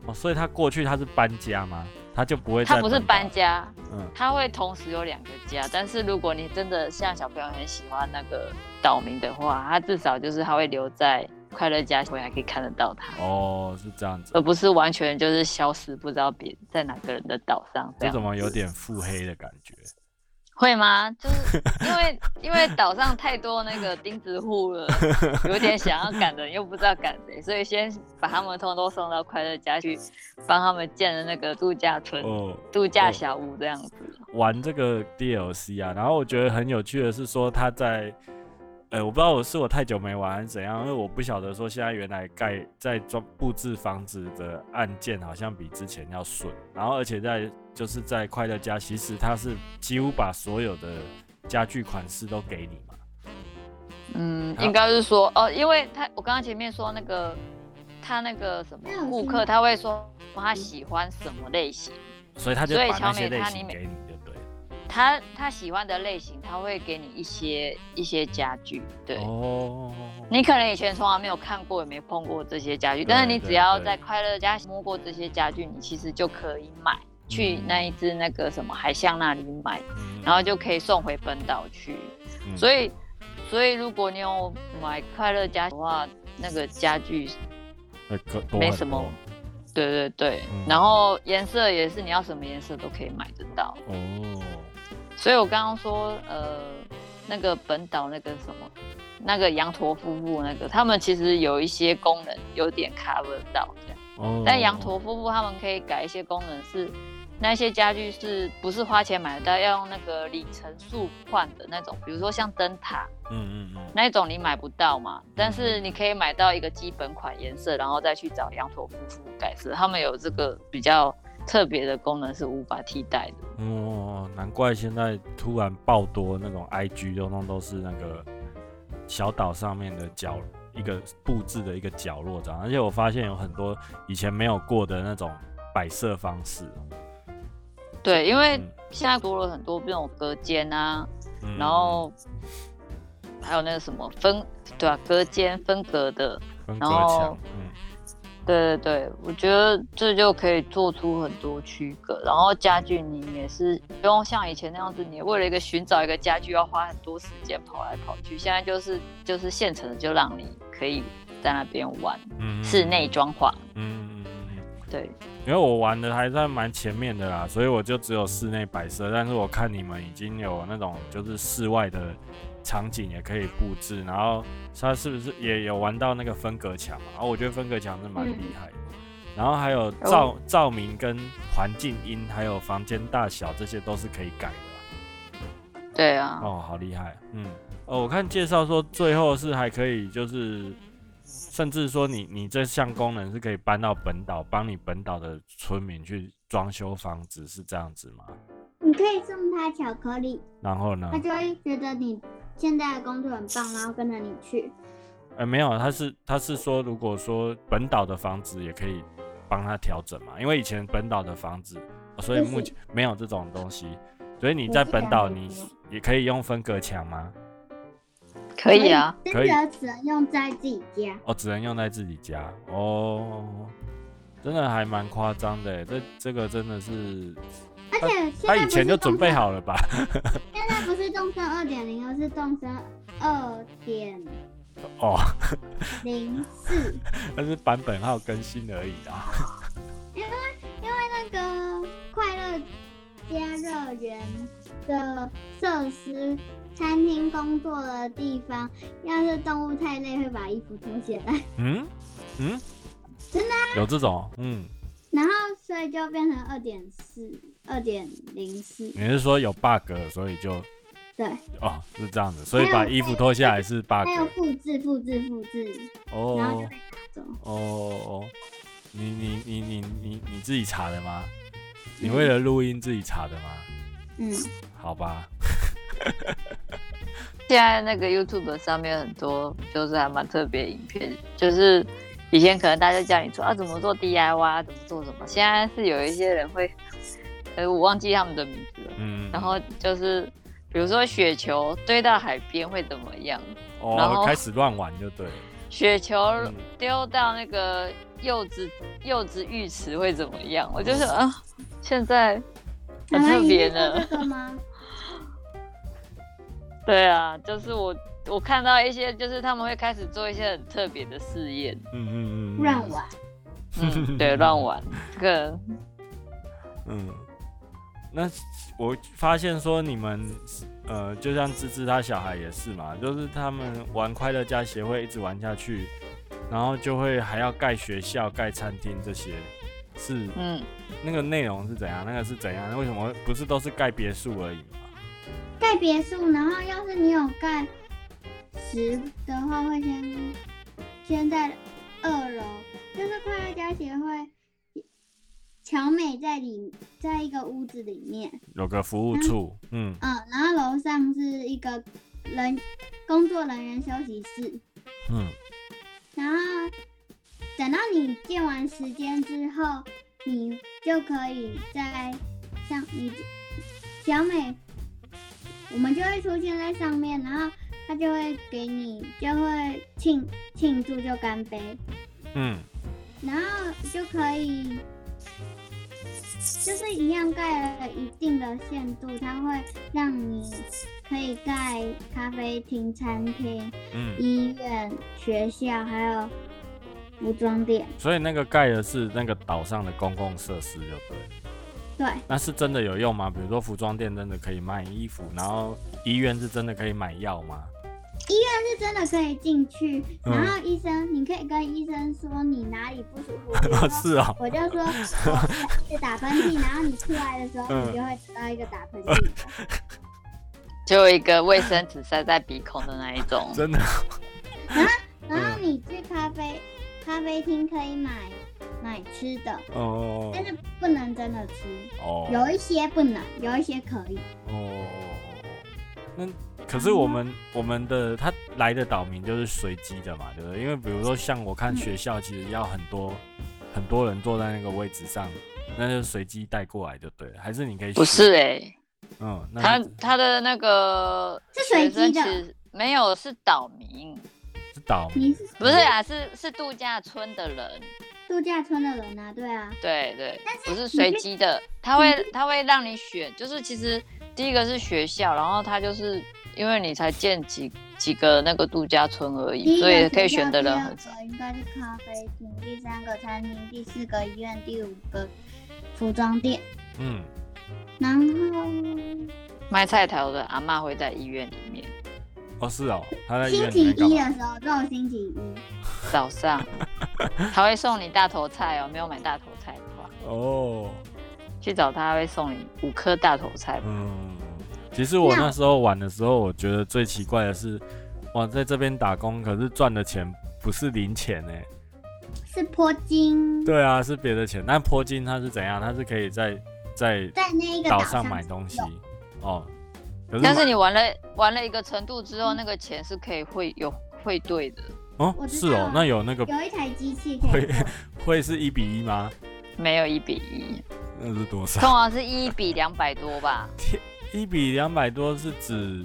哦，所以他过去他是搬家吗？他就不会
他
在
不是
本岛
搬家，
嗯
他会同时有两个家，但是如果你真的像小朋友很喜欢那个岛民的话，他至少就是他会留在快乐家，回还可以看得到他，
哦，是这样子，
而不是完全就是消失，不知道别在哪个人的岛上这
这
样。
怎么有点腹黑的感觉？
会吗？就是因为因为岛上太多那个钉子户了，有点想要赶人又不知道赶谁，所以先把他们通通送到快乐家去，帮他们建了那个度假村、
哦，
度假
哦
小屋这样子。
玩这个 DLC 啊，然后我觉得很有趣的是说他在，呃，我不知道我是我太久没玩还是怎样，因为我不晓得说现在原来盖在装布置房子的按键好像比之前要顺，然后而且在就是在快乐家，其实它是几乎把所有的家具款式都给你嘛，
嗯，
好
应该是说哦，因为他我刚刚前面说那个他那个什么
那有
顾
新
客他会说他喜欢什么类型，
所以他就
所以
把那
乔
些
美
类
它
型
里面
给你，对不对？
他他喜欢的类型，他会给你一些一些家具，对。
哦，
你可能以前从来没有看过，也没碰过这些家具，
对
但是你只要
对对
在快乐家摸过这些家具，你其实就可以买去
嗯
那一只那个什么海象那里买，
嗯
然后就可以送回本岛去。
嗯
所以，所以如果你有买快乐家的话，那个家具，
呃可多
没
很
什么
多
对对对，
嗯
然后颜色也是你要什么颜色都可以买得到。
哦，
所以我刚刚说，呃，那个本岛那个什么，那个羊驼夫妇那个，他们其实有一些功能有点 cover 到这样，
哦，
但羊驼夫妇他们可以改一些功能是。那些家具是不是花钱买得到？要用那个里程数换的那种，比如说像灯塔
嗯嗯嗯，
那一种，你买不到嘛。但是你可以买到一个基本款颜色，然后再去找羊驼夫妇改色。他们有这个比较特别的功能是无法替代的。
哦，难怪现在突然爆多那种 IG，通通都是那个小岛上面的角一个布置的一个角落这样，而且我发现有很多以前没有过的那种摆设方式。
对，因为
嗯
现在多了很多这种隔间啊，
嗯
然后还有那个什么分，对啊，隔间分隔的，
分隔
然后
墙，嗯，
对对对，我觉得这就可以做出很多区隔。然后家具你也是不用像以前那样子，你为了一个寻找一个家具要花很多时间跑来跑去，现在就是就是现成的就让你可以在那边玩，
嗯
室内，装潢，
嗯嗯嗯嗯嗯。
对，
因为我玩的还算蛮前面的啦，所以我就只有室内摆设。但是我看你们已经有那种就是室外的场景也可以布置，然后它是不是也有玩到那个分隔墙嘛？啊，我觉得分隔墙是蛮厉害的。然后还有照照明跟环境音，还有房间大小，这些都是可以改的
对啊
啦。，哦，好厉害。嗯，哦，我看介绍说最后是还可以就是。甚至说你你这项功能是可以搬到本岛，帮你本岛的村民去装修房子，是这样子吗？
你可以送他巧克力，
然后呢
他？就会觉得你现在的工作很棒，然后跟着你去。
呃，没有，他是他是说，如果说本岛的房子也可以帮他调整嘛，因为以前本岛的房子，哦所以
就是
目前没有这种东西，所以你
我
在
是
本
感
岛
觉
你
没有
也可以用分隔墙吗？
可以啊，
真
可以
的只能用在自己家。
哦，只能用在自己家哦，真的还蛮夸张的耶，欸这这个真的是
而且现
他
在
以
不
前
是
就准
动
备
森，
好了吧？
现在不是动森二点零，而是动森二点
哦。
零四。
但是版本还有更新而已啊啦。
那个快乐家乐园的设施、餐厅、工作的地方，要是动物太累，会把衣服脱起来，
嗯嗯，
真啊
的、有这种？嗯，
然后所以就变成二点四、二点零四。
你是说有 bug，所以就
对，
哦是这样子，所以把衣服脱下来是 bug
还有复制、复制、复制，然后就
哦
被拿走。
哦哦，你你你你你你自己查的吗？你为了录音自己查的吗？
嗯，
好吧，
现在那个 YouTube 上面很多就是还蛮特别的影片，就是以前可能大家叫你说啊怎么做 DIY，啊怎么做什么，现在是有一些人会，呃我忘记他们的名字了，
嗯，
然后就是比如说雪球堆到海边会怎么样，然
哦
后
开始乱玩就对了，
雪球
嗯
丢到那个柚子柚子浴池会怎么样，我就是啊现在很
台湾
特
一定
别
做
呢。
这个吗？
对啊，就是我我看到一些，就是他们会开始做一些很特别的 试验，
嗯嗯嗯，嗯
乱，玩。
嗯，对，乱玩，这个
嗯，那我发现说你们，呃，就像芝芝他小孩也是嘛，就是他们玩快乐家协会一直玩下去，然后就会还要盖学校、盖餐厅这些，是
嗯，
那个内容是怎样？那个是怎样？为什么不是都是盖别墅而已嘛？
盖别墅，然后要是你有盖十的话，会先先在二楼，就是快乐家协会，乔美在里，在一个屋子里面，
有个服务处，嗯，
嗯，然后楼上是一个人工作人员休息室，
嗯，
然后等到你建完时间之后，你就可以在上你小美，我们就会出现在上面，然后他就会给你就会庆庆祝就干杯，
嗯，
然后就可以就是一样盖了一定的限度，它会让你可以盖咖啡厅、餐厅。
嗯，
医院、学校还有服装店。
所以那个盖的是那个岛上的公共设施，就对了。
对，
那是真的有用吗？比如说服装店真的可以卖衣服，然后医院是真的可以买药吗？
但是真的可以进去，
嗯
然后医生，你可以跟医生说你哪里不舒 服。比如说
是哦，
我就说我一直打喷嚏，然后你出来的时候，
嗯
你就会得到一个打 喷嚏的。
就一个卫生纸塞在鼻孔的那一 种。
真的，
然后你去咖啡咖啡厅可以买买吃的，
哦
但是不能真的吃，
哦
有一些不能，有一些可以。
哦，那可是我们我们的他来的岛民就是随机的嘛，对不对？因为比如说像我看学校，其实要很多很多人坐在那个位置上，那就随机带过来就对了。还是你可以
不
选，
是哎、
嗯，那
他
是
他的那个
是随
学生
机的
其实没有是岛民，
是岛
你
民
是
不是啊，是是度假村的人，
度假村的人啊，对啊，
对对，不是
你
随
可以
机的，他会他会让你选，就是其实第一个是学校，然后他就是因为你才建几几个那个度假村而
第
已，
一
所
个
以
学
可以
校
选的人很
第
少
二。个应该是咖啡厅，第三个餐厅，第四个医院，第五个服装店，
嗯，
然后
卖菜头的阿嬷会在医院里面，
哦是哦，他在医
星
院
期
里面干
一啊
嘛？
的时候只有星期一，
早上他会送你大头菜哦，没有买大头菜的话，
哦。
去找他会送你五颗大头菜。
嗯，其实我
那
那时候玩的时候，我觉得最奇怪的是，哇，在这边打工，可是赚的钱不是零钱哎、
是坡金，
对啊，是别的钱。但坡金它是怎样？它是可以在在
在那一个
岛
上
上买东西
嗯
哦。可是
但是你玩了玩了一个程度之后，那个钱是可以汇有汇兑的，
哦，
我知
是
道
啊
哦，那有那个
有一台机器可以
会会是一比一吗？
没有一比一，啊
那是多
通
少？
常是一比两百多吧。
一比两百多是指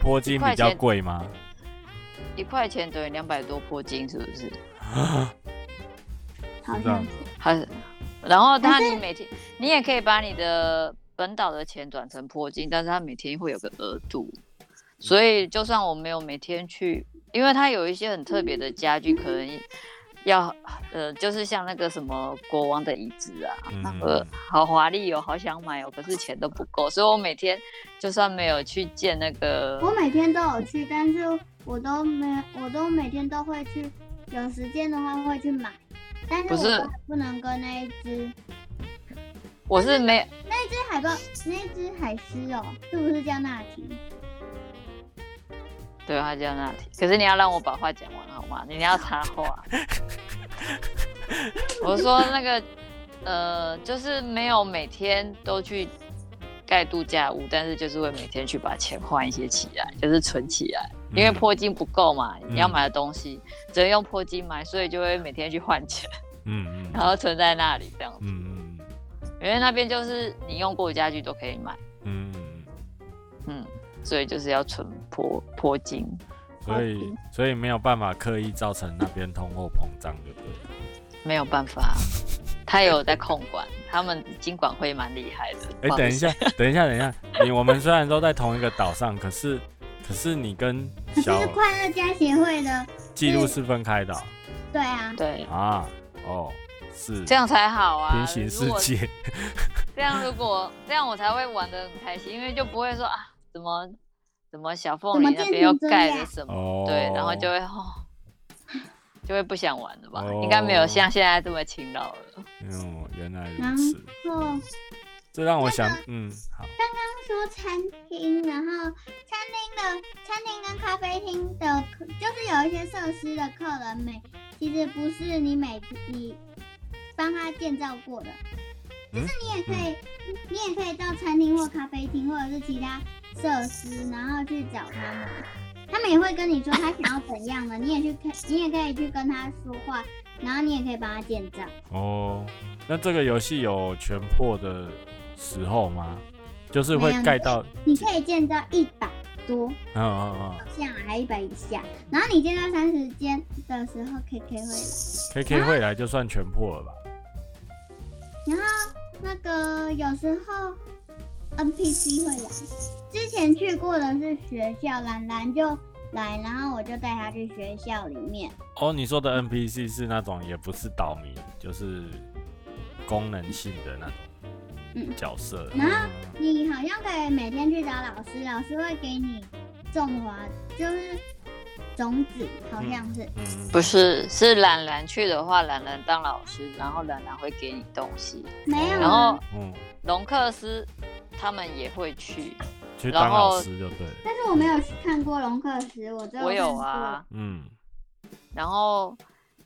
坡金
块
比较
钱
贵吗？
一块钱等于两百多坡金，是不是？
好
这样
像
子
还是，然后他
可是
你每天你也可以把你的本岛的钱转成坡金，但是他每天会有个额度，所以就算我没有每天去，因为他有一些很特别的家具，可能要呃，就是像那个什么国王的椅子啊，
嗯
那个好华丽哦，好想买哦，可是钱都不够，所以我每天就算没有去见那个，
我每天都有去，但是我都没，我都每天都会去，有时间的话会去买，但是
不是
我都还不能跟那一只
我是没
那一只海豹，那一只海狮哦，是不是叫纳提？
对他叫那题，可是你要让我把话讲完好吗？你要插 话。我说那个，呃，就是没有每天都去盖度假屋，但是就是会每天去把钱换一些起来，就是存起来，因为
嗯
破金不够嘛，
嗯
你要买的东西只能用破金买，所以就会每天去换钱，
嗯嗯
然后存在那里这样子。
嗯嗯
因为那边就是你用过的家具都可以买，
嗯嗯，
嗯，所以就是要存破破金。
所以所以没有办法刻意造成那边通货膨胀，对不对了？
没有办法，他有在控管，他们经管会蛮厉害的。
哎、等一下，等一下，等一下，你我们虽然都在同一个岛上，可是可是你跟
可
小
是快乐家协会的，
记录是分开的哦
对啊，
对，
啊，哦，是
这样才好啊。
平行世界，
这样如果这样我才会玩的很开心，因为就不会说啊怎么怎么小凤
怎么
梨那
变
边又
成这
盖了
样
什 么，
哦，
对，然后就会哦，就会不想玩了吧？
哦
应该没有像现在这么勤劳了。
嗯，原来如
然
此，
后
这让我想，嗯，
啊
好，
说餐厅，然后餐厅的餐厅跟咖啡厅的客，就是有一些设施的客人美，其实不是你每次你帮他建造过的，就是你也可以，你也可以到餐厅或咖啡厅或者是其他设施，然后去找他们，他们也会跟你说他想要怎样的，你也去看，你也可以去跟他说话，然后你也可以帮他建造。
哦，那这个游戏有全破的时候吗？就是会
没有
盖到，
你可以建造一百多，
嗯嗯嗯
下来一百以下，然后你建到三十间的时候，K K 会来。
，K K 会来就算全破了吧？
然后那个有时候 N P C 会来。之前去过的是学校，兰兰就来，然后我就带他去学校里面。
哦，你说的 N P C 是那种也不是岛民，就是功能性的那种
嗯
角色。
然后你好像可以每天去找老师，老师会给你种花，就是种子，好像是。
嗯，
不是，是懒懒去的话，懒懒当老师，然后懒懒会给你东西。
没有
然后
啊，
嗯，
龙克斯他们也会去，
去
然
当老
后
师就对了。
但是我没有去看过龙克石，我只有
我有
看过
啊。
嗯，
然后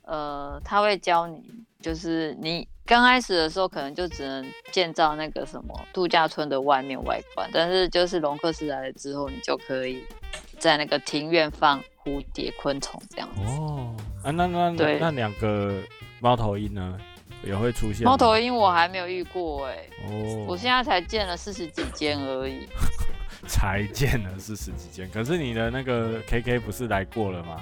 呃，他会教你，就是你刚开始的时候可能就只能建造那个什么度假村的外面外观，但是就是龙克斯来了之后，你就可以在那个庭院放蝴蝶、昆虫这样子。
哦，啊，那那那
对
那两个猫头鹰呢，也会出现吗。
猫头鹰我还没有遇过哎、
哦，
我现在才建了四十几间而已。
才建了是十几间，可是你的那个 K K 不是来过了吗？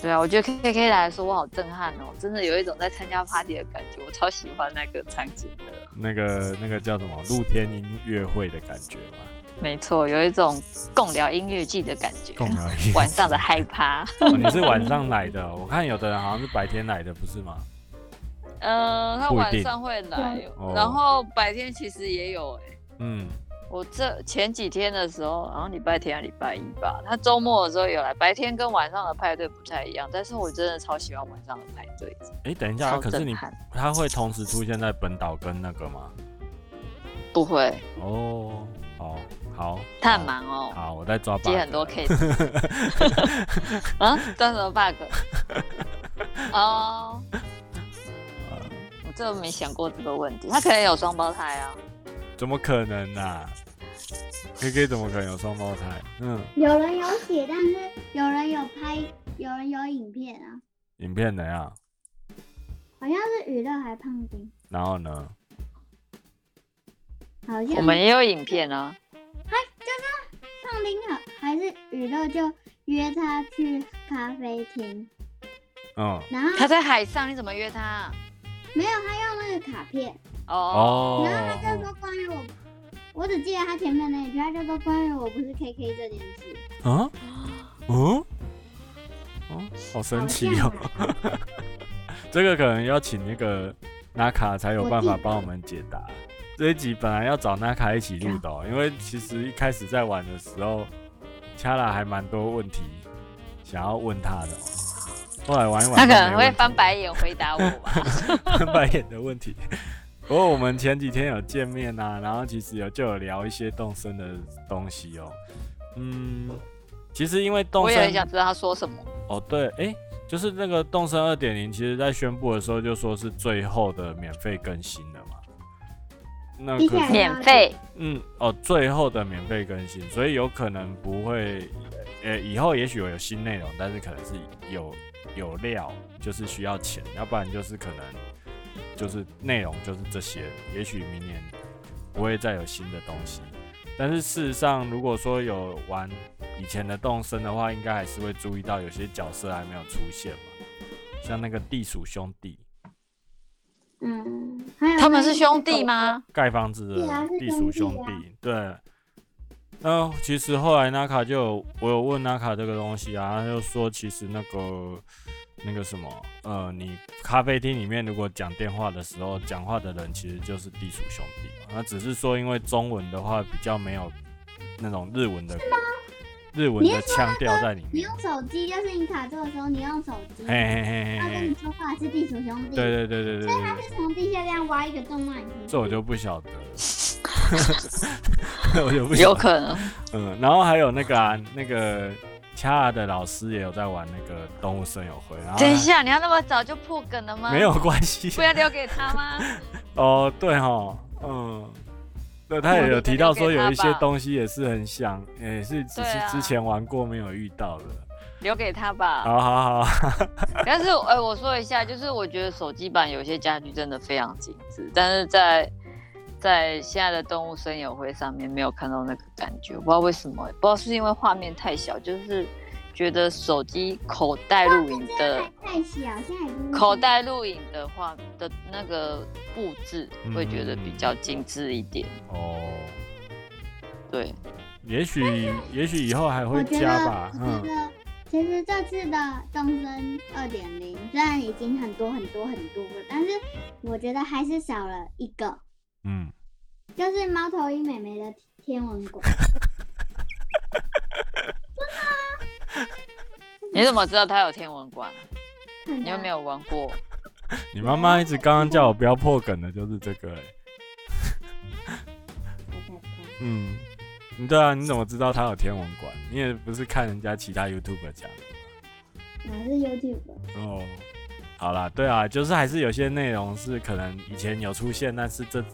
对啊，我觉得 K K K 来说，我好震撼哦，真的有一种在参加 party 的感觉，我超喜欢那个场景的。
那个那个叫什么露天音乐会的感觉吗？
没错，有一种共聊音乐季的感觉，
共聊音乐
晚上的嗨 趴。
哦你是晚上来的哦，我看有的人好像是白天来的，不是吗？
嗯，他
不一
晚
定
上会来
哦，
然后白天其实也有哎、
嗯，
我这前几天的时候，然后礼拜天还礼拜一吧，他周末的时候有来。白天跟晚上的派对不太一样，但是我真的超喜欢晚上的派对，
诶，等一下，
超
可是你
震撼。
它会同时出现在本岛跟那个吗？
不会，
哦，好，好，
他很忙哦，
好，我在抓 bug，
接很多 case。啊，装什么 bug？哦、我真的没想过这个问题。他可能有双胞胎啊，
怎么可能啊？K K 怎么可能有双胞胎？嗯，
有人有写，但是有人有拍，有人有影片啊，
影片怎样？
好像是娱乐还胖丁，
然后呢？
好像
我们也有影片啊。
胖丁好还是娱乐就约他去咖啡厅，
嗯，
然后
他在海上，你怎么约他啊、
没有他用那个卡片，
哦，
哦，
然后他就说关于我，我只记得他前面那一句，他就说关于我不是 KK 这件事，
啊，嗯，哦，好神奇哦！这个可能要请那个纳卡才有办法帮我们解答。这一集本来要找纳卡一起录的哦、因为其实一开始在玩的时候，掐拉还蛮多问题想要问他的、哦。后来玩一玩，
他可能会翻白眼回答我 吧。
翻 白眼的问题。不过我们前几天有见面啊，然后其实有就有聊一些动身的东西哦。嗯，其实因为动
我也
身
很想知道他说什么。
哦，对，诶，就是那个动森二点零，其实在宣布的时候就说是最后的免费更新了嘛。那
接
可
下来
是
呢
免费
嗯哦，最后的免费更新，所以有可能不会，呃、以后也许有新内容，但是可能是有有料，就是需要钱，要不然就是可能就是内容就是这些，也许明年不会再有新的东西。但是事实上，如果说有玩以前的动森的话，应该还是会注意到有些角色还没有出现嘛，像那个地鼠兄弟
嗯，还有
他们是兄弟吗？
盖房子
对啊
的
是
地鼠
兄
兄
弟啊
弟，对，那其实后来纳卡就有我有问纳卡这个东西啊，他就说其实那个那个什么，呃，你咖啡厅里面如果讲电话的时候，讲话的人其实就是地鼠兄弟嘛，那只是说因为中文的话比较没有那种日文的日文
你
的腔调在里
你
面，
用手机就是你卡住的时候，你用手机，
嘿嘿嘿嘿
他跟
嘿
你，说话是地鼠兄弟，
哎对对对对对对对。
是从地下这样挖一个洞让你听。
这我就不晓得了，我就不晓
有
得。
可能。
嗯，然后还有那个啊，那个恰尔的老师也有在玩那个动物森友会，然后
等一下，你要那么早就破梗了 吗？
没有，关系
不要留给他 吗？
哦，对哈，嗯，对他也有提到说有一些东西也是很想，也是只是
对啊
之前玩过没有遇到的。
留给他吧。
好好好，
但是，哎、我说一下，就是我觉得手机版有些家具真的非常精致，但是在在现在的动物森友会上面没有看到那个感觉，我不知道为什么，不知道是因为画面太小，就是觉得手机口袋录影的
太小，现在已经
口袋录影的话的那个布置
嗯，
会觉得比较精致一点。
哦，嗯
对，
也许也许以后还
我
会
觉
加
得
吧，，
我觉
嗯，
得其实这次的动森二点零虽然已经很多很多很多了，但是我觉得还是少了一个，
嗯，
就是猫头鹰妹妹的天文馆。
嗯
你怎么知道它有天文馆？你
你
又没？有玩过？
你妈妈一直刚刚叫我不要破梗的，就是这个、欸，嗯，对啊，你怎么知道他有天文馆？你也不是看人家其他 YouTube 讲的
哪是 YouTube？
哦。好啦，对啊，就是还是有些内容是可能以前有出现，但是这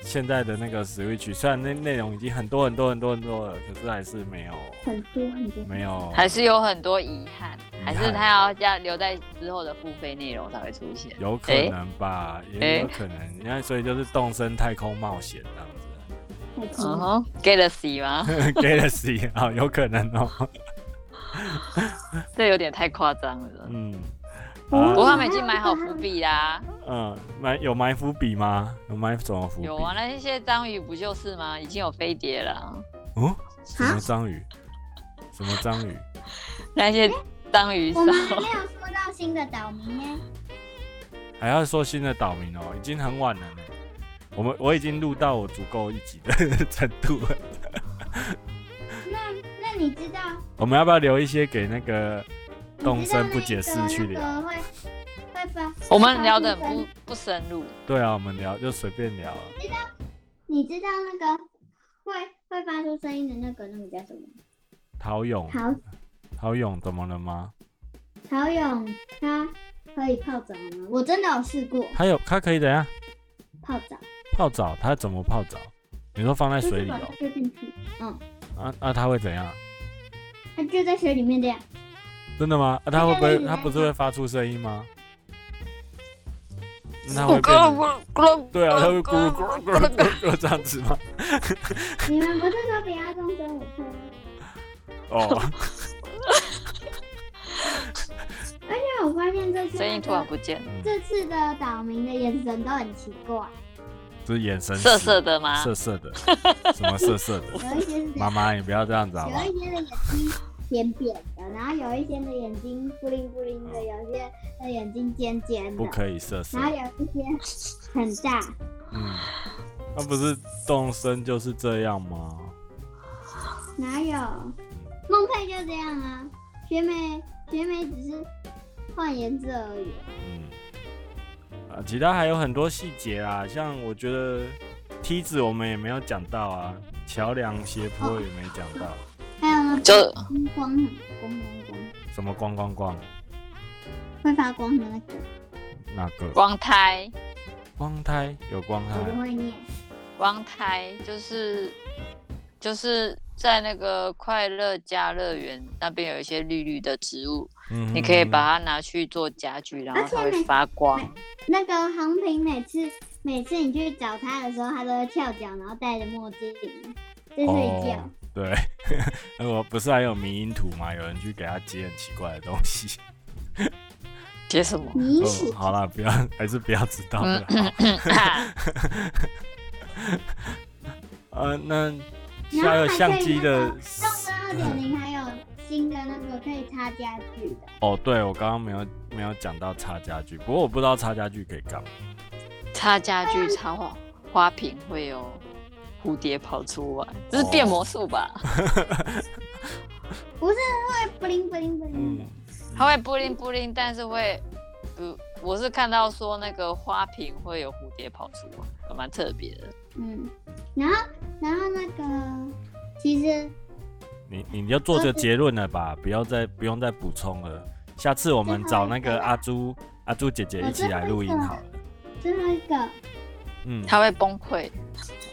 现在的那个 Switch 虽然那内容已经很多很多很多很多了，可是还是没有
很多很多。
没有，
还是有很多遗憾，
遗
还
憾
是它要加留在之后的付费内容才会出现。
有可能吧，也
诶
有可能，你看，所以就是动身太空冒险这样子。
太酷了
嗯哼 ，Galaxy 吗？
Galaxy 啊、有可能哦。
这有点太夸张了。
嗯，
不
哦
啊
过他们已经埋好伏笔啦。
嗯，埋有埋伏笔吗？有埋什么伏笔？
有啊，那些章鱼不就是吗？已经有飞碟了，
哦，什么章鱼？什么章鱼？
那些章
嗯
鱼
我
烧
们还没有说到新的岛民耶，
还哎要说新的岛民哦，已经很晚了呢。我们我已经录到我足够一集的 程度了。
那那你知道
我们要不要留一些给那个
你知道
动身不解释去
那
聊？
个会会发？
我们聊的
会发
不
生
不深入。
对啊，我们聊就随便聊啊。
你知道那个会会发出声音的那个那个叫什么？
陶勇，
陶
陶勇怎么了吗？
陶勇他可以泡澡吗？我真的有试过
他有他可以怎样
泡澡，
泡澡？他怎么泡澡？你说放在
就是
水里
把
哦
它？丢进去，
啊啊，他会怎样？
它就在水里面这样，
真的吗？啊，他会不会
应该是
他不是会发出声音吗？那他会变成
咕噜咕噜咕噜，
对啊，他会咕噜咕噜咕噜咕噜咕噜这样子吗？
你们不是说不要动真我看吗？
哦，
但我发现这次
声音突然不见了，
嗯
这次的岛民的眼神都很奇怪，
嗯就是眼神
色色
的，
的啊吗？
色色的， 什么色色 的？
有一些是这
妈
样，
妈，你不要这样子好不好
有？一些的眼睛扁扁的，然后有一些的眼睛布灵布灵的，有一些的眼睛尖尖的
不，可以色色
然，后有一些很大。
嗯，那不是动身就是这样吗？
哪有？孟佩就这样啊，学妹学妹只是换颜色而已。
嗯，啊，其他还有很多细节啊，像我觉得梯子我们也没有讲到啊，桥梁斜坡也没讲到，
还有呢，
就
光光很光光光
什么光光光
会发光的那个，
那个
光胎，
光胎有光胎
我不会念。
光胎就是就是在那个快乐家乐园那边有一些绿绿的植物，
嗯，
你可以把它拿去做家具，然后它会发光。
那个航平每次每次你去找他的时候，他都会跳脚，然后戴着墨镜在睡觉。
哦对， 那我不是还有迷因图吗？有人去给他接很奇怪的东西。
接什么？
你
哦，好啦，不要， 还是不要知道嗯的好。呃，那
然
还
后
有
还
相
可以
机
那个
的
动到二点零还有新的那个可以插家具的，
哦，对我刚刚没有没有讲到插家具，不过我不知道插家具可以干嘛。
插家具、插花花瓶会有蝴蝶跑出来，这
哦
是变魔术吧？
不是会 bling bling bling 的
嗯。，
它会布灵布灵，但是会，不，我是看到说那个花瓶会有蝴蝶跑出来，还蛮特别的。
嗯，然后然后那个其实
你你就做这个结论了吧，不要再不用再补充了。下次我们找那个阿朱阿朱姐姐一起来录音好了。
最后一个
嗯，
它会崩溃，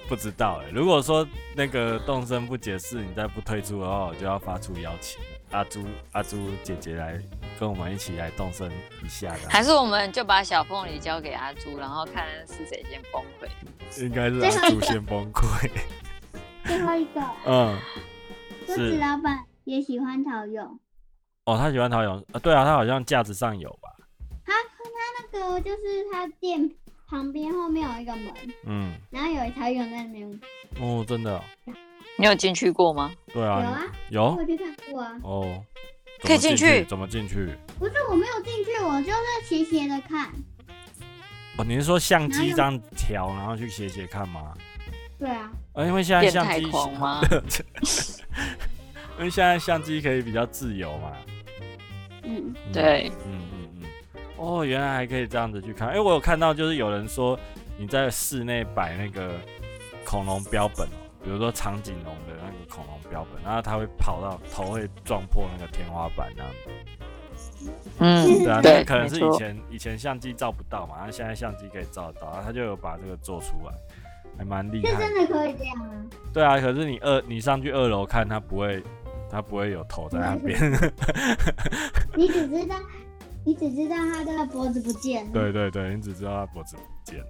不知道哎、如果说那个动身不解释，你再不退出的话，我就要发出邀请了。阿朱阿朱姐姐来跟我们一起来动身一下
还
的，
是我们就把小凤梨交给阿朱，然后看是谁先崩溃。
应该是阿朱先崩溃。
最后一个，
嗯，
鸽
是
子老板也喜欢陶俑。
哦，他喜欢陶俑啊，对啊，他好像架子上有吧？
他他那个就是他店旁边后面有一个门，
嗯，
然后有一陶俑在那边。
哦，真的哦、
你有进去过吗？
对
有
啊，
啊，
有
我去看过啊。
哦，怎么
可以进去
怎么进去？
不是我没有进去，我就是斜斜的看。
哦，你是说相
哪
机
有
这样调，然后去写写看吗？
对啊，
啊，因为现在
变
相
态
机，
狂吗？
因为现在相机可以比较自由嘛。
嗯，
嗯，
对，
嗯嗯嗯。哦，原来还可以这样子去看。哎、我有看到就是有人说你在室内摆那个恐龙标本哦，比如说长颈龙的那个恐龙标本，然后它会跑到头会撞破那个天花板那样子。
嗯，
对啊，
对
那可能是
没
以
错嗯
前以前相机照不到嘛，然后现在相机可以照得到，然后他就有把这个做出来，还蛮厉
是
害的
真。的可以这样啊。
对啊，可是你二你上去二楼看，它不会，它不会有头在那边。
你只知道，你只知道他的脖子不见了。
对对对，你只知道它脖子不见了。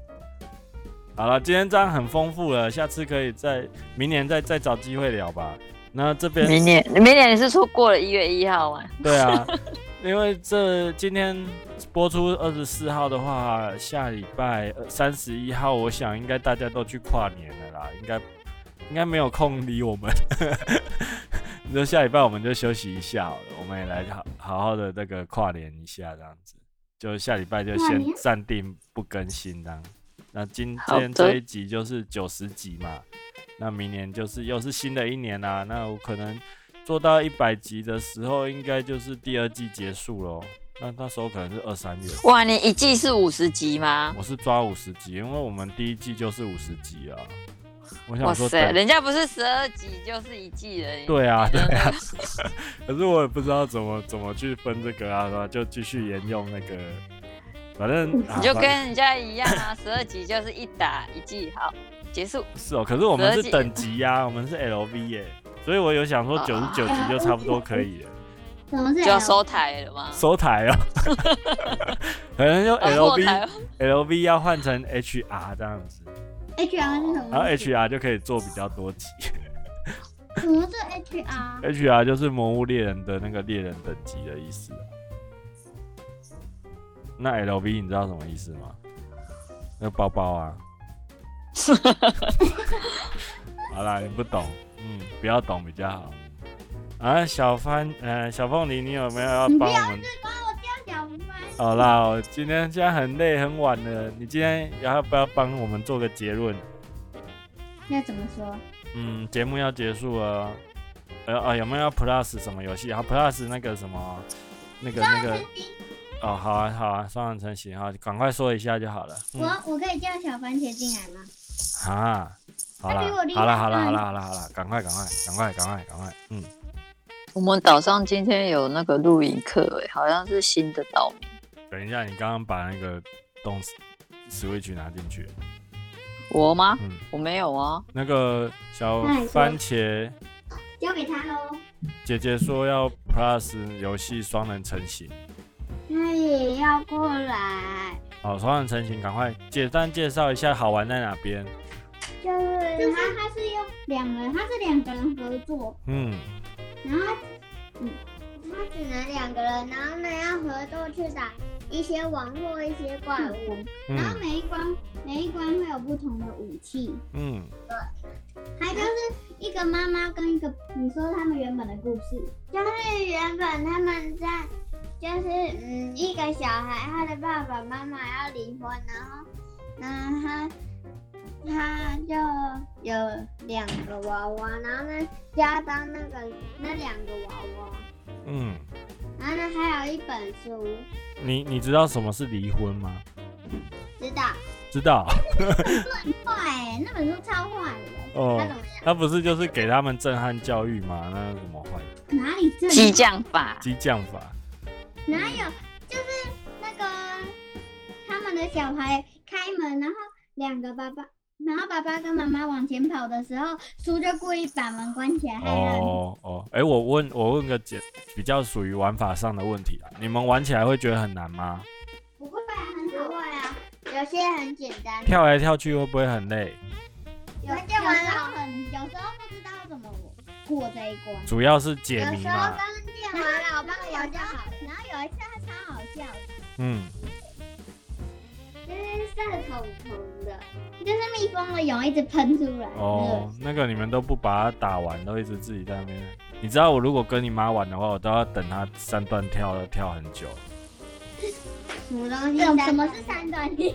好了，今天这样很丰富了，下次可以再明年再再找机会聊吧。那这边
明年明年你是说过了一月一号吗？
对啊，因为这今天播出二十四号的话，下礼拜呃三十一号，我想应该大家都去跨年了啦，应该应该没有空理我们。 你说下礼拜我们就休息一下好了，我们也来好好好的那个跨年一下，这样子，就下礼拜就
跨
先
年
暂定不更新这样。那今
好
天
的
这一集就是九十集嘛，那明年就是又是新的一年啦、那我可能做到一百集的时候，应该就是第二季结束喽。那那时候可能是二三月。
哇，你一季是五十集吗？
我是抓五十集，因为我们第一季就是五十集啊。我
哇
想说
塞，
等，
人家不是十二集就是一季了。你
对啊，对啊。 可是我也不知道怎么怎么去分这个啊，就继续沿用那个，反正啊
你就
反
跟人家一样啊，十二集就是一打一季，好，结束。
是哦，可是我们是
12集
等级呀、 我们是 LV 耶、所以我有想说
哦
九十九集就差不多可以了，
怎么是
就要
L？
收台了吗？
收台 哦。可能就
哦后
LV
台
LV 要换成 HR 这样子，
HR 是什么？
然后
嗯
HR 就可以做比较多集。
什么是 HR？
HR 就是《魔物猎人》的那个猎人等级的意思啊、那 LV 你知道什么意思吗？那包包 啊。好啦，你不懂，嗯，不要懂比较好。啊，小帆，呃，小凤梨，你有没有要
你不
帮
要
我们？
帮我叫小帆。
好啦，我今天现在很累很晚了，你今天要不要帮我们做个结论？
要怎么说？
嗯，节目要结束了，呃啊，有没有要 Plus 什么游戏？好，Plus 那个什么，那个那个，哦，好啊，好啊，双人成行啊，赶快说一下就好了。嗯
我我可以叫小番茄进来吗？
啊，好啦
那比我厉，嗯害
好啦，好啦，好啦，好啦，好啦，赶快，赶快，赶快，赶快，赶快，嗯，
我们岛上今天有那个露营课，哎，好像是新的岛民。
等一下，你刚刚把那个动 Switch 拿进去，
我吗？
嗯，
我没有啊。
那个小
那你说
番茄
交给他喽。
姐姐说要 Plus 游戏双人成行。
他也要过来，
好，哦双人成行，赶快简单介绍一下好玩在哪边。
就是就是他他是用两人，他是两个人合作，
嗯，
然后嗯，他只能两个人，然后呢要合作去打一些网络一些怪物，然后
嗯
每一关每一关会有不同的武器，
嗯
还就是一一个妈妈跟一个，你说他们原本的故事，就是原本他们在，就是嗯，一个小孩，他的爸爸妈妈要离婚，然后，然后他他就有两个娃娃，然后呢家当那个那两个娃娃，
嗯，
然后呢还有一本书，
你你知道什么是离婚吗？
知道？
知道，
坏、那本书超坏的，
哦
他怎么样？
那不是就是给他们震撼教育吗？那怎么坏？
哪里正？
激将法，
激将法，
哪有？就是那个他们的小孩开门，然后两个爸爸，然后爸爸跟妈妈往前跑的时候，叔就故意把门关起来，害人。
哦哦，哎、我问我问个简比较属于玩法上的问题啊，你们玩起来会觉得很难吗？
不会啊，很好玩啊，有些很简单，
跳来跳去会不会很累？
有些玩到很，有时候不知道怎么过这一关。
主要是
有
解谜
时候
嘛。
跟电玩老爸聊就好，然后有一次他超好笑的。
嗯，
就是射桶桶的，就是蜜蜂的蛹一直喷出来。
哦，那个你们都不把它打完，都一直自己在那边。你知道我如果跟你妈玩的话，我都要等她三段跳要跳很久。
什么东西？什么是三段跳？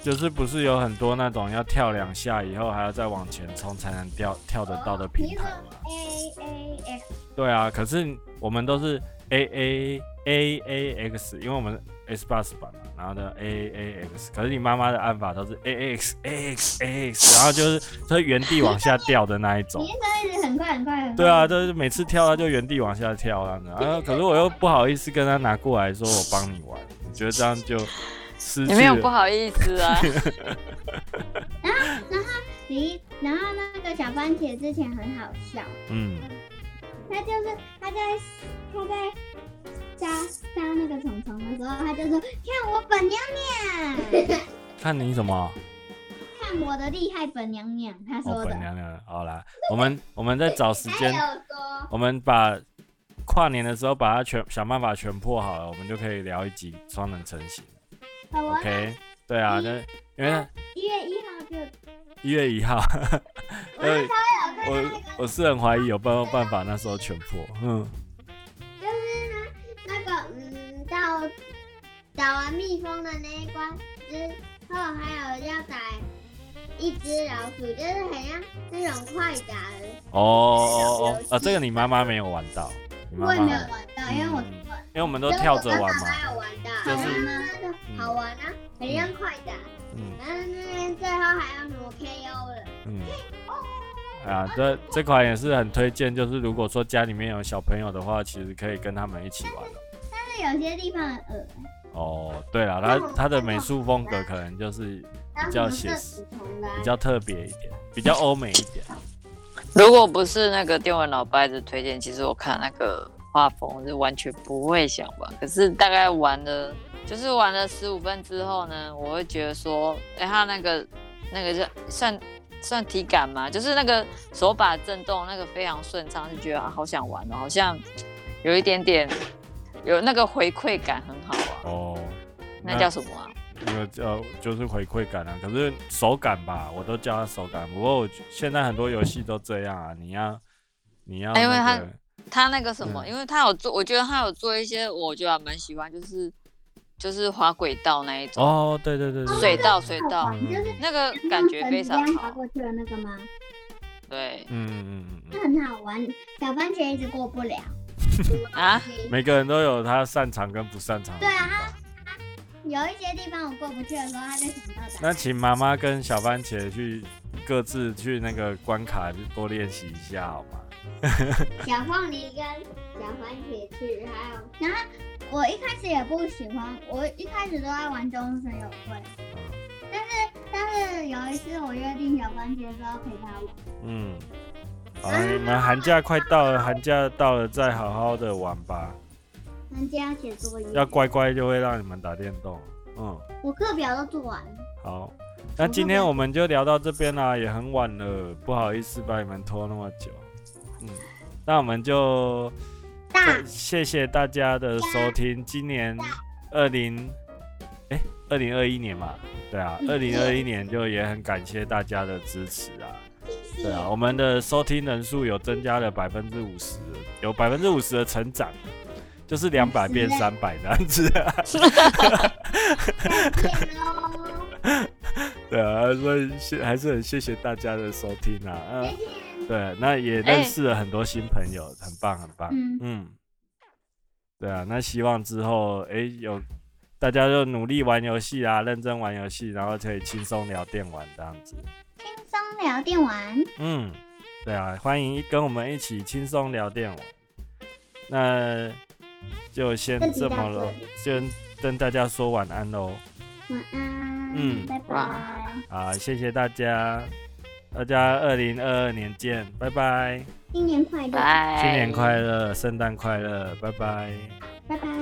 就是不是有很多那种要跳两下以后还要再往前冲才能跳跳得到的平台吗？
哦 A A X
对啊，可是我们都是 A A A A X，因为我们 S bus 版嘛，然后的 A A X，可是你妈妈的按法都是 A A X A X A X，然后就是在原地往下掉的那一种
你。是说一直很快很快很快？
对啊，，就是每次跳她就原地往下跳啊，啊，可是我又不好意思跟她拿过来说我帮你玩，你觉得这样就失
也没
去
有不
了？
好意思啊。
你然后那个小番茄之前很好笑，
嗯，
他就是他在他在扎扎那个虫虫的时候，他就说看我本娘娘，
看你怎么。啊
看我的厉害本娘娘，他
哦，
说的
本。娘娘，好啦，我们我们再找时
还
间，
有说
我们把跨年的时候把它全想办法全破好了，我们就可以聊一集双人成型。
好玩。
OK，对啊，那因为
一月一号就
一月一号，
我那时候有看到
哎我我是很怀疑有没有办法那时候全破。嗯，
那个嗯，到打完蜜蜂的那一关之后，还有要打一只老鼠，就是很像那种快打的，
哦哦哦，啊，这个你妈妈没有玩到，你妈
我也
妈
没有，玩到，因为我
嗯因为我们都跳着玩嘛，
没有玩到，
就是
然后那个好玩啊，很像快打，
嗯
然后那边最后还有什么 KO 了，
嗯。啊，这这款也是很推荐，就是如果说家里面有小朋友的话，其实可以跟他们一起玩。
但是有些地方很恶
哦，对了，
那
他
我们
他的
看
美
到
术风格可能就是
然后
比较
什
写
么
实
色虫的啊
比较特别一点，比较欧美一点。
如果不是那个电玩老伯的推荐，其实我看那个画风是完全不会想玩。可是大概玩了，就是玩了十五分之后呢，我会觉得说，哎、他那个那个是算算体感嘛，就是那个手把震动那个非常顺畅，就觉得啊好想玩哦，好像有一点点有那个回馈感很好啊。
哦，
那叫什么啊？
那个叫就是回馈感啊，可是手感吧，我都叫它手感。不过我觉现在很多游戏都这样啊，你要你要、那
哎因
个
为它他那个什么，
嗯
因为他有做，我觉得他有做一些，我觉得还蛮喜欢，就是就是滑轨道那一种。
哦，对对对对，
水道水
好
道
玩，就是
那个感觉非常
像滑
好，
过去的那个吗？
对
嗯嗯嗯嗯
那很好玩，小番茄一直过不了。
啊，
嗯，每个人都有他擅长跟不擅长的
对
地
啊
方。
有一些地方我过不去的时候，他就想到打。
那请妈妈跟小番茄去各自去那个关卡去多练习一下好吗？
小凤梨跟小番茄去，还有，然后我一开始也不喜欢，我一开始都在玩终身有会，但是但是有一次我约定小番茄说要陪他玩，
嗯，好了，你们寒假快到了，寒假到了再好好的玩吧，
人家要写作业，
要乖乖就会让你们打电动。嗯，
我课表都做完了，
好，那今天我们就聊到这边啦，也很晚了，不好意思把你们拖那么久。嗯，那我们就
大
谢谢大家的收听，今年二零。哎，二零二一年嘛，对啊，二零二一年就也很感谢大家的支持啊，
谢。
对啊，我们的收听人数有增加了百分之五十，有百分之五十的成长，就是两百变
是
三百这样子。
再见喽，
对啊，所以谢还是很谢谢大家的收听啊。嗯、
再见。
对，那也认识了很多新朋友，很棒，很棒。
嗯
嗯，对啊，那希望之后诶有大家就努力玩游戏啊，认真玩游戏，然后可以轻松聊电玩这样子。
轻松聊电玩，
嗯，对啊，欢迎跟我们一起轻松聊电玩。那就先
那
这
就到
么
这
了
里，
先跟大家说晚安喽。
晚安，
嗯
拜拜，
啊，谢谢大家，大家二零二二年见，拜拜，
新年快乐，
拜，
新年快乐，圣诞快乐，拜拜。
拜拜。